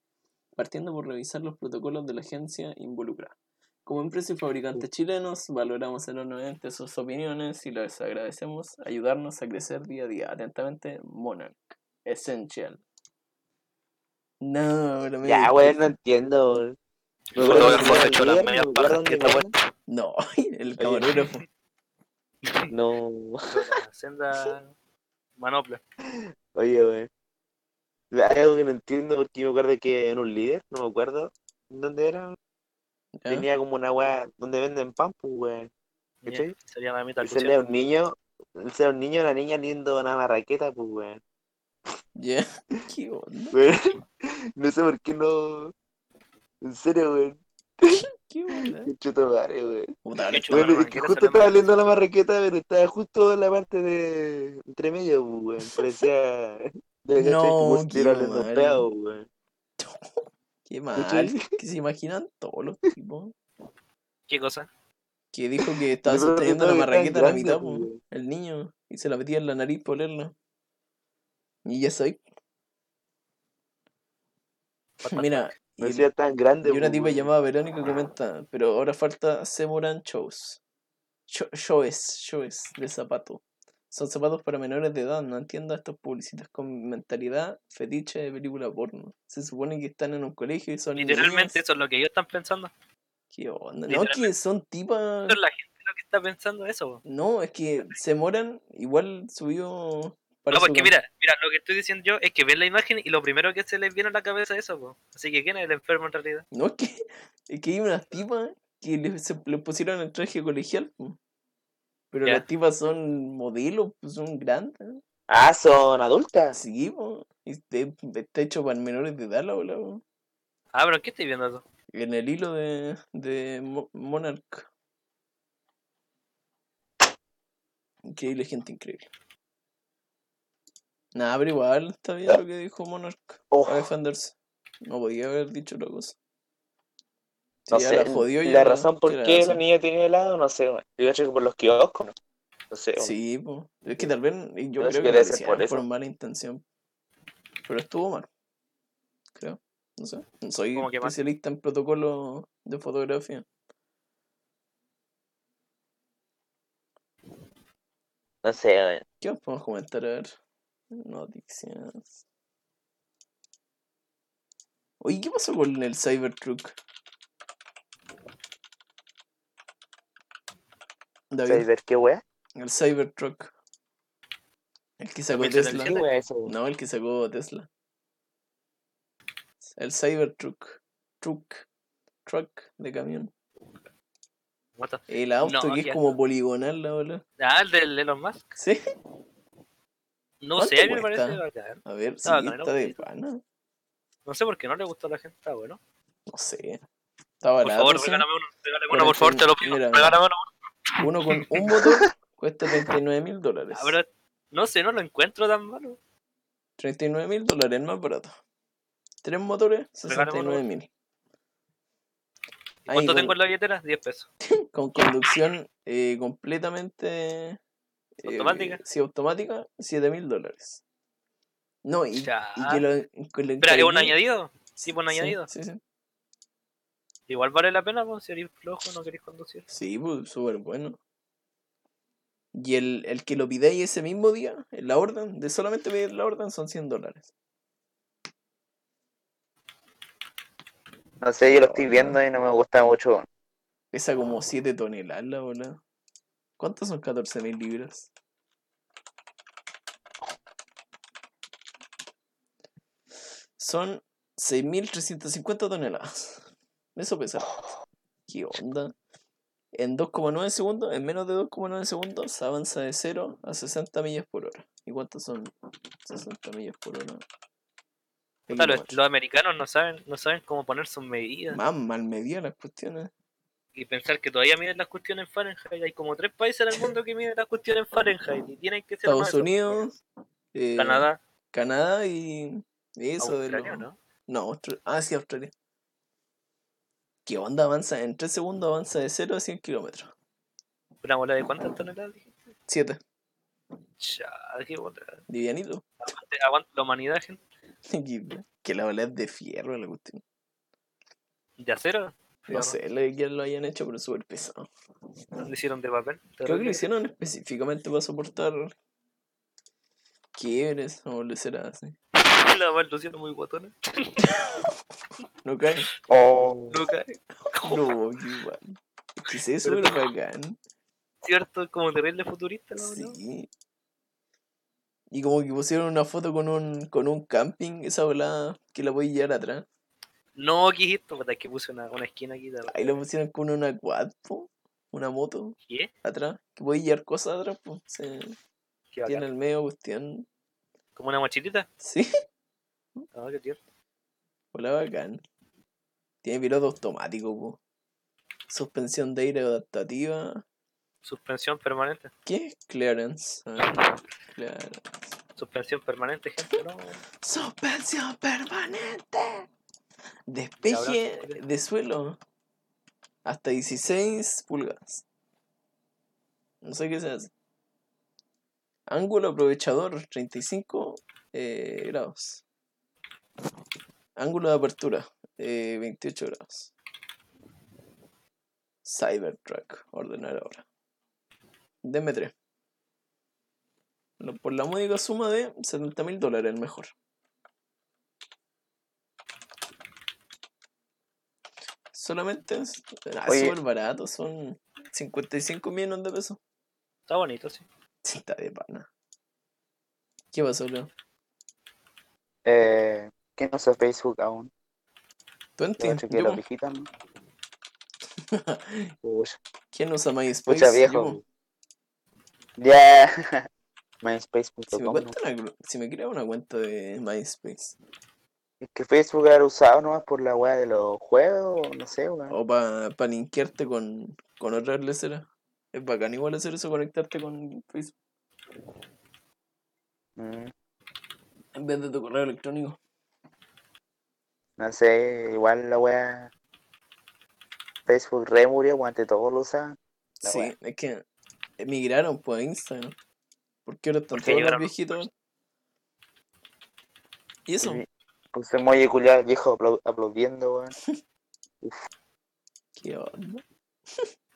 S1: partiendo por revisar los protocolos de la agencia involucrada. Como empresa y fabricantes chilenos, valoramos enormemente sus opiniones y les agradecemos ayudarnos a crecer día a día. Atentamente, Monarch Essential. No, no me
S2: Ya,
S1: digas.
S2: weón, no entiendo. weón. Me
S5: Fotógrafo
S2: acuerdo cuando
S5: hecho
S2: era
S5: las
S2: niño,
S5: medias
S2: me
S5: pajas
S2: acuerdo
S5: que
S2: cuando
S5: esta
S2: era
S1: No, el camarógrafo.
S2: niño. No.
S5: La senda manopla.
S2: Oye, weón. Hay algo que no entiendo porque me acuerdo que en un líder, no me acuerdo. ¿Dónde era?
S1: ¿Ya?
S2: Tenía como una weá donde venden pan, pues, weón. ¿Cachai?
S5: Sería la mitad.
S2: Y se un niño, se un niño, una niña lindo una marraqueta, pues, weón.
S1: Ya. ¿Qué onda?
S2: Weón, No sé por qué no. En serio, weón.
S1: ¿Qué onda?
S2: Qué chuto madre, weón.
S1: Puta, ahora
S5: Hecho,
S1: estoy-
S2: Bueno,
S5: la
S2: es que
S5: marraqueta
S2: justo
S5: se la
S2: estaba
S5: mandó.
S2: leyendo la marraqueta, pero estaba justo en la parte de. entre medio, pues, weón. Parecía. Debe
S1: No,
S2: ser como
S1: qué
S2: si estuviera oliendo
S1: mal.
S2: pedo, weón.
S1: Qué mal,
S2: ¿Cachai?
S1: que se imaginan todos los tipos.
S5: ¿Qué cosa?
S1: Que dijo que estaba
S2: Yo creo que
S1: sosteniendo
S2: no
S1: la
S2: es tan
S1: marraqueta a la
S2: grande,
S1: mitad,
S2: pues,
S1: po,
S2: weón.
S1: el niño. Y se la metía en la nariz para olerla. Y ya soy. Mira,
S9: No
S1: y-
S9: sea tan grande.
S1: y una
S9: pues,
S1: tipa
S9: weón.
S1: llamada Verónica comenta, pero ahora falta Semoran Shows. Cho- Shoes, shoes, de zapato. Son zapatos para menores de edad, no entiendo a estos publicistas con mentalidad fetiche de película porno. Se supone que están en un colegio y son niñas.
S5: Literalmente eso es lo que ellos están pensando.
S1: ¿Qué onda? No,
S5: literalmente.
S1: que son tipas...
S5: Eso es la gente lo que está pensando eso. po.
S1: No, es que Semoran igual subió... para
S5: No,
S1: su
S5: porque
S1: cam-
S5: mira, mira, lo que estoy diciendo yo es que ven la imagen y lo primero que se les viene a la cabeza es eso. po. Así que ¿quién es el enfermo en realidad?
S1: No, es que, es que hay unas tipas que le, se- le pusieron el traje colegial. po. Pero
S5: Ya.
S1: las tipas son modelos, pues, son grandes.
S9: Ah, son adultas.
S1: Sí, po. Y te- está hecho para menores de edad, la bola, po.
S5: Ah, pero ¿qué estoy viendo eso?
S1: En el hilo de, de Mo- Monarch. Increíble, gente increíble. Nada, pero igual está bien lo que dijo Monarch.
S9: Oh.
S1: Para defenderse. No podía haber dicho otra cosa. Si
S9: No
S1: ya
S9: sé,
S1: ah, la jodió, ya
S9: la
S1: no-
S9: razón por
S1: ¿qué le
S9: qué
S1: hace?
S9: la niña tiene helado, no sé, weón. Yo creo que por los kioscos, ¿no? No sé, weón.
S1: Sí, po. es que tal vez y yo
S9: Entonces
S1: creo que
S9: quiere
S1: lo
S9: decir
S1: hicieron
S9: por
S1: por,
S9: eso.
S1: mala intención. Pero estuvo mal, creo. No sé. No soy
S5: ¿Cómo que mal?
S1: especialista en protocolo de fotografía.
S9: No sé, weón.
S1: ¿Qué más podemos comentar? A ver. Noticias. Oye, ¿qué pasó con el Cybertruck? David,
S9: ¿Sabes qué weá?
S1: el Cybertruck. El que sacó Tesla.
S5: 2077.
S9: ¿Qué weá es eso? weón?
S1: No, el que sacó Tesla. El Cybertruck. Truck. Truck de camión.
S5: What the-
S1: El auto
S5: No,
S1: que es
S5: ya.
S1: como poligonal, la bola.
S5: Ah, el del Elon Musk.
S1: Sí.
S5: No
S1: ¿Cuánto
S5: sé, a mí me
S1: cuesta?
S5: parece bacán.
S1: A ver, sí,
S5: Está bacán el
S1: está de
S5: auto.
S1: pana.
S5: No sé por qué no le gustó a la gente, está bueno.
S1: No sé. Está
S5: Por
S1: barato.
S5: favor,
S1: sí.
S5: regálame uno, regálame
S1: Bueno,
S5: uno, por favor, te lo
S1: entonces,
S5: pido.
S1: mira,
S5: Regálame uno.
S1: Uno con un motor cuesta 39 mil dólares.
S5: Ah, pero no sé, no lo encuentro tan malo.
S1: 39 mil dólares más barato. Tres motores,
S5: Regálame uno.
S1: 69 mil.
S5: ¿Y
S1: Ahí,
S5: ¿Cuánto
S1: con-
S5: tengo en la billetera? 10 pesos.
S1: con conducción eh, completamente eh,
S5: Automática.
S1: sí, automática, 7 mil dólares. No, y, y
S5: Ya.
S1: que lo, que lo
S5: Espera, ¿es un
S1: encargué-
S5: añadido? Sí, pues un
S1: sí,
S5: añadido.
S1: Sí, sí.
S5: Igual vale la pena, pues, si eres flojo, no querés conducir.
S1: Sí, pues súper bueno. Y el, el que lo pidáis ese mismo día, en la orden, de solamente pedir la orden son 100 dólares.
S9: No sé, yo lo estoy viendo y no me gusta mucho. weón.
S1: Pesa como 7 toneladas la bola. ¿Cuántas son 14 mil libras? Son 6.350 toneladas. Eso pesa. ¿Qué onda? En 2,9 segundos, en menos de 2,9 segundos, avanza de 0 a 60 millas por hora. ¿Y cuántas son 60 millas por hora?
S5: Puta,
S1: Aquí
S5: Los,
S1: nomás.
S5: los americanos no saben, no saben cómo poner sus medidas.
S1: Más mal medidas las cuestiones.
S5: y pensar que todavía miden las cuestiones en Fahrenheit. Hay como tres países en el mundo que miden las cuestiones en Fahrenheit y tienen que ser
S1: Estados
S5: más eso.
S1: Unidos, eh,
S5: Canadá,
S1: Canadá y y eso de
S5: Australia,
S1: los-
S5: ¿no?
S1: No, Austra- ah, sí, Australia. ¿Qué onda avanza? En 3 segundos avanza de 0 a 100 kilómetros.
S5: ¿Una bola de cuántas toneladas? dije?
S1: 7.
S5: Chá, qué bola.
S1: Livianito.
S5: Aguante, aguante la humanidad, gente.
S1: que la bola es de fierro la cuestión.
S5: ¿De acero?
S1: No
S5: Fierro.
S1: sé lo que lo hayan hecho, pero súper pesado.
S5: Lo hicieron de papel.
S1: Creo que lo
S5: Terrible.
S1: hicieron específicamente para soportar quiebres o leseras así.
S5: La hueá lo hicieron muy guatona.
S1: No cae.
S9: Oh,
S5: No cae.
S1: No, qué igual. Que se ve súper bacán.
S5: ¿Cierto? Es Como terrible futurista, ¿no?
S1: Sí. Y como que pusieron una foto con un, con un camping, esa volada que la podéis llevar atrás.
S5: No, ¿qué es esto? Puta, es que puse una, una esquina aquí. de-
S1: Ahí lo pusieron con una quad, po, una moto
S5: ¿Qué?
S1: atrás, que podéis llevar cosas atrás, po. Se
S5: Qué bacán.
S1: tiene el medio cuestión.
S5: ¿Como una mochilita?
S1: Sí,
S5: No, qué tierno.
S1: hola bacán. Tiene piloto automático, po. Suspensión de aire adaptativa.
S5: Suspensión permanente.
S1: ¿Qué es clearance? Ah, clearance.
S5: Suspensión permanente, gente. No.
S1: Suspensión permanente. Despeje
S5: Abrazo.
S1: de suelo. Hasta 16 pulgadas. No sé qué se hace. Ángulo aprovechador 35 eh, grados. Ángulo de apertura eh, 28 grados. Cybertruck, ordenar ahora. DM3. Lo- Por la módica suma de 70 mil dólares, el mejor. Solamente es ah,
S2: Oye.
S1: súper barato, son 55 millones de pesos.
S5: Está bonito, sí.
S1: Sí, está de pana. ¿Qué pasó, Leo?
S2: Eh, ¿Qué no usa Facebook aún?
S1: ¿Tú
S2: Yo
S1: entiendes?
S2: chequeé a las viejitas, ¿no? Uy,
S1: ¿Quién usa MySpace?
S2: Mucha
S1: Yo.
S2: viejo. Ya.
S1: Si me,
S2: MySpace.com. ¿no?
S1: cuenta una gru- si me crea una cuenta de MySpace.
S2: Es que Facebook era usado nomás por la weá de los juegos, no sé, weón.
S5: Oh.
S1: O para pa linkearte con, con otras leceras. Es bacán igual hacer eso, conectarte con Facebook.
S2: Mm,
S1: En vez de tu correo electrónico.
S2: no sé, igual la weá. Facebook re murió, weón, ante todo lo usaban. La
S1: sí,
S2: wea.
S1: es que emigraron pues a Instagram. Porque ahora están todos
S5: Porque
S1: los
S5: llegaron los
S1: viejitos. Y eso,
S2: Y- Pues el muelle culiado viejo aplau- aplaudiendo, weón.
S1: ¿qué onda?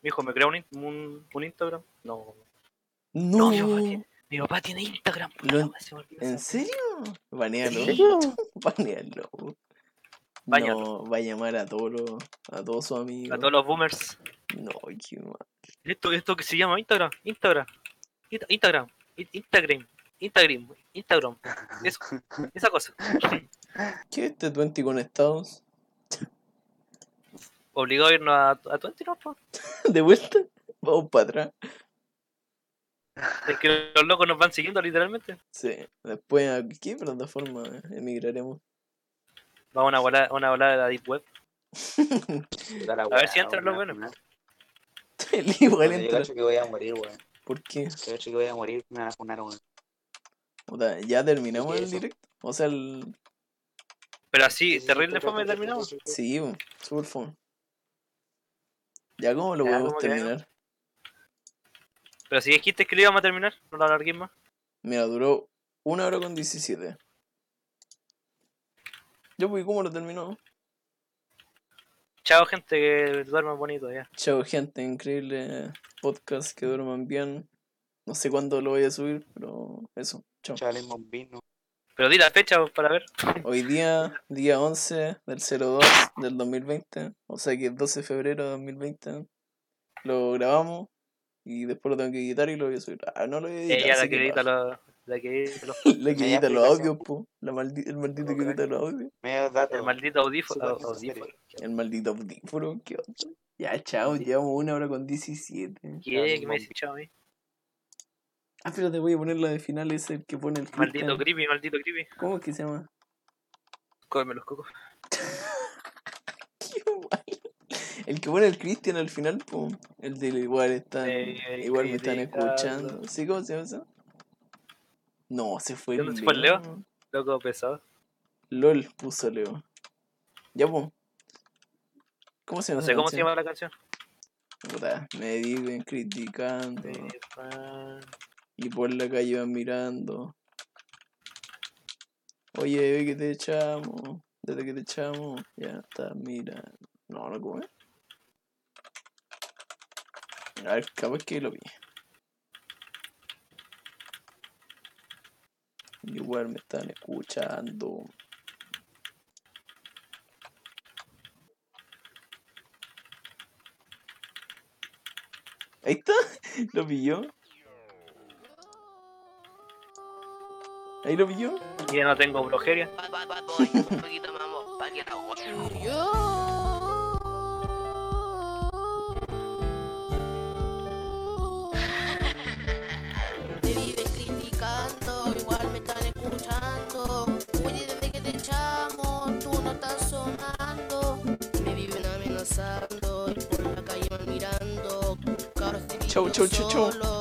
S5: Mijo, ¿me crea un, in- un, un Instagram? No.
S1: No,
S5: mi papá tiene, mi papá tiene Instagram. puta
S1: Lo-
S5: la wea, se me olvidó
S1: ¿en
S5: esa-
S1: serio? Banealo. Banealo. No,
S5: Báñalo.
S1: va a llamar a todos los, a todos sus amigos.
S5: A todos los boomers.
S1: No, qué mal.
S5: Esto, esto que se llama Instagram, Instagram, Inst- Instagram, In- Instagram, Instagram, Instagram. Eso, esa cosa.
S1: ¿Qué es este 20 conectados?
S5: Obligado a irnos a, a Twenty, ¿no? po?
S1: ¿De vuelta? Vamos para atrás.
S5: Es que los locos nos van siguiendo literalmente.
S1: Sí. Después, ¿a qué plataforma emigraremos?
S5: Vamos a una volada, una volada de la Deep Web.
S2: Puta la
S5: A
S2: wea,
S5: ver si entran los
S2: weón.
S5: buenos.
S1: El igual
S2: Yo
S1: entra.
S2: cacho que voy a morir, weón.
S1: ¿Por qué?
S2: Yo cacho que voy a morir, me van a funar, weón.
S1: Puta, ¿Ya terminamos
S2: Sí,
S1: el
S2: eso.
S1: directo? O sea, el...
S5: Pero así, terrible fome
S1: este
S5: terminamos.
S1: sí, bo, super fun. ¿Ya cómo lo
S5: Ya,
S1: podemos
S5: ¿cómo que?
S1: terminar?
S5: Pero si dijiste que lo íbamos a terminar, no lo alarguéis más.
S1: Mira, duró una hora con 17. Yo, pues, ¿cómo lo terminó?
S5: Chao, gente, que duerman bonito ya.
S1: Chao, gente, increíble podcast, que duerman bien. No sé cuándo lo voy a subir, pero eso, chao.
S2: Chale, bombino.
S5: Pero di la fecha para ver.
S1: Hoy día, día 11 del 02 del 2020, o sea que el 12 de febrero de 2020 lo grabamos y después lo tengo que editar y lo voy a subir. Ah, no lo voy a editar.
S5: Ella Eh, la
S1: así
S5: que edita los. La que edita los.
S1: baja. La que
S2: Media
S1: edita los
S2: aplicación.
S1: audios, po. La maldi- el maldito
S2: No,
S1: que edita
S2: crack.
S1: los audios.
S2: Medio dato.
S5: El maldito audífono.
S2: Súper
S5: audífono.
S1: El maldito audífono, qué onda. Ya, chao,
S5: Sí.
S1: llevamos una hora con 17.
S5: ¿Qué? ¿Qué me dice chao a mí?
S1: Ah, pero te voy a poner la de final, es el que pone el
S5: Maldito
S1: Cristian.
S5: creepy, maldito creepy.
S1: ¿Cómo es que se llama?
S5: Cómeme los cocos.
S1: Qué guay. El que pone el Cristian al final, pum. El del igual están.
S5: Eh,
S1: igual me están
S5: criticando.
S1: escuchando. ¿Sí? ¿Cómo se llama eso? No, se fue el
S5: ¿Dónde se fue el Leo? Loco pesado.
S1: LOL puso Leo. Ya, pum. ¿Cómo se llama
S5: No sé
S1: esa
S5: cómo se
S1: canción?
S5: llama la canción.
S1: Puta, me viven criticando.
S5: Ah,
S1: Y por la calle van mirando. Oye, ve que te echamos. Desde que te echamos, ya está, mira. No, no come. A ver, capaz que lo vi. Igual me están escuchando. Ahí está, lo pilló. Ahí lo pilló.
S5: Y ya no tengo brujería.
S12: Me viven criticando, igual me están escuchando. Oye, desde que te echamos, tú no estás sonando. Me viven amenazando y por la calle van mirando. Cabros, te
S1: Chau,
S12: digo
S1: chau, chau, chau.
S12: solo,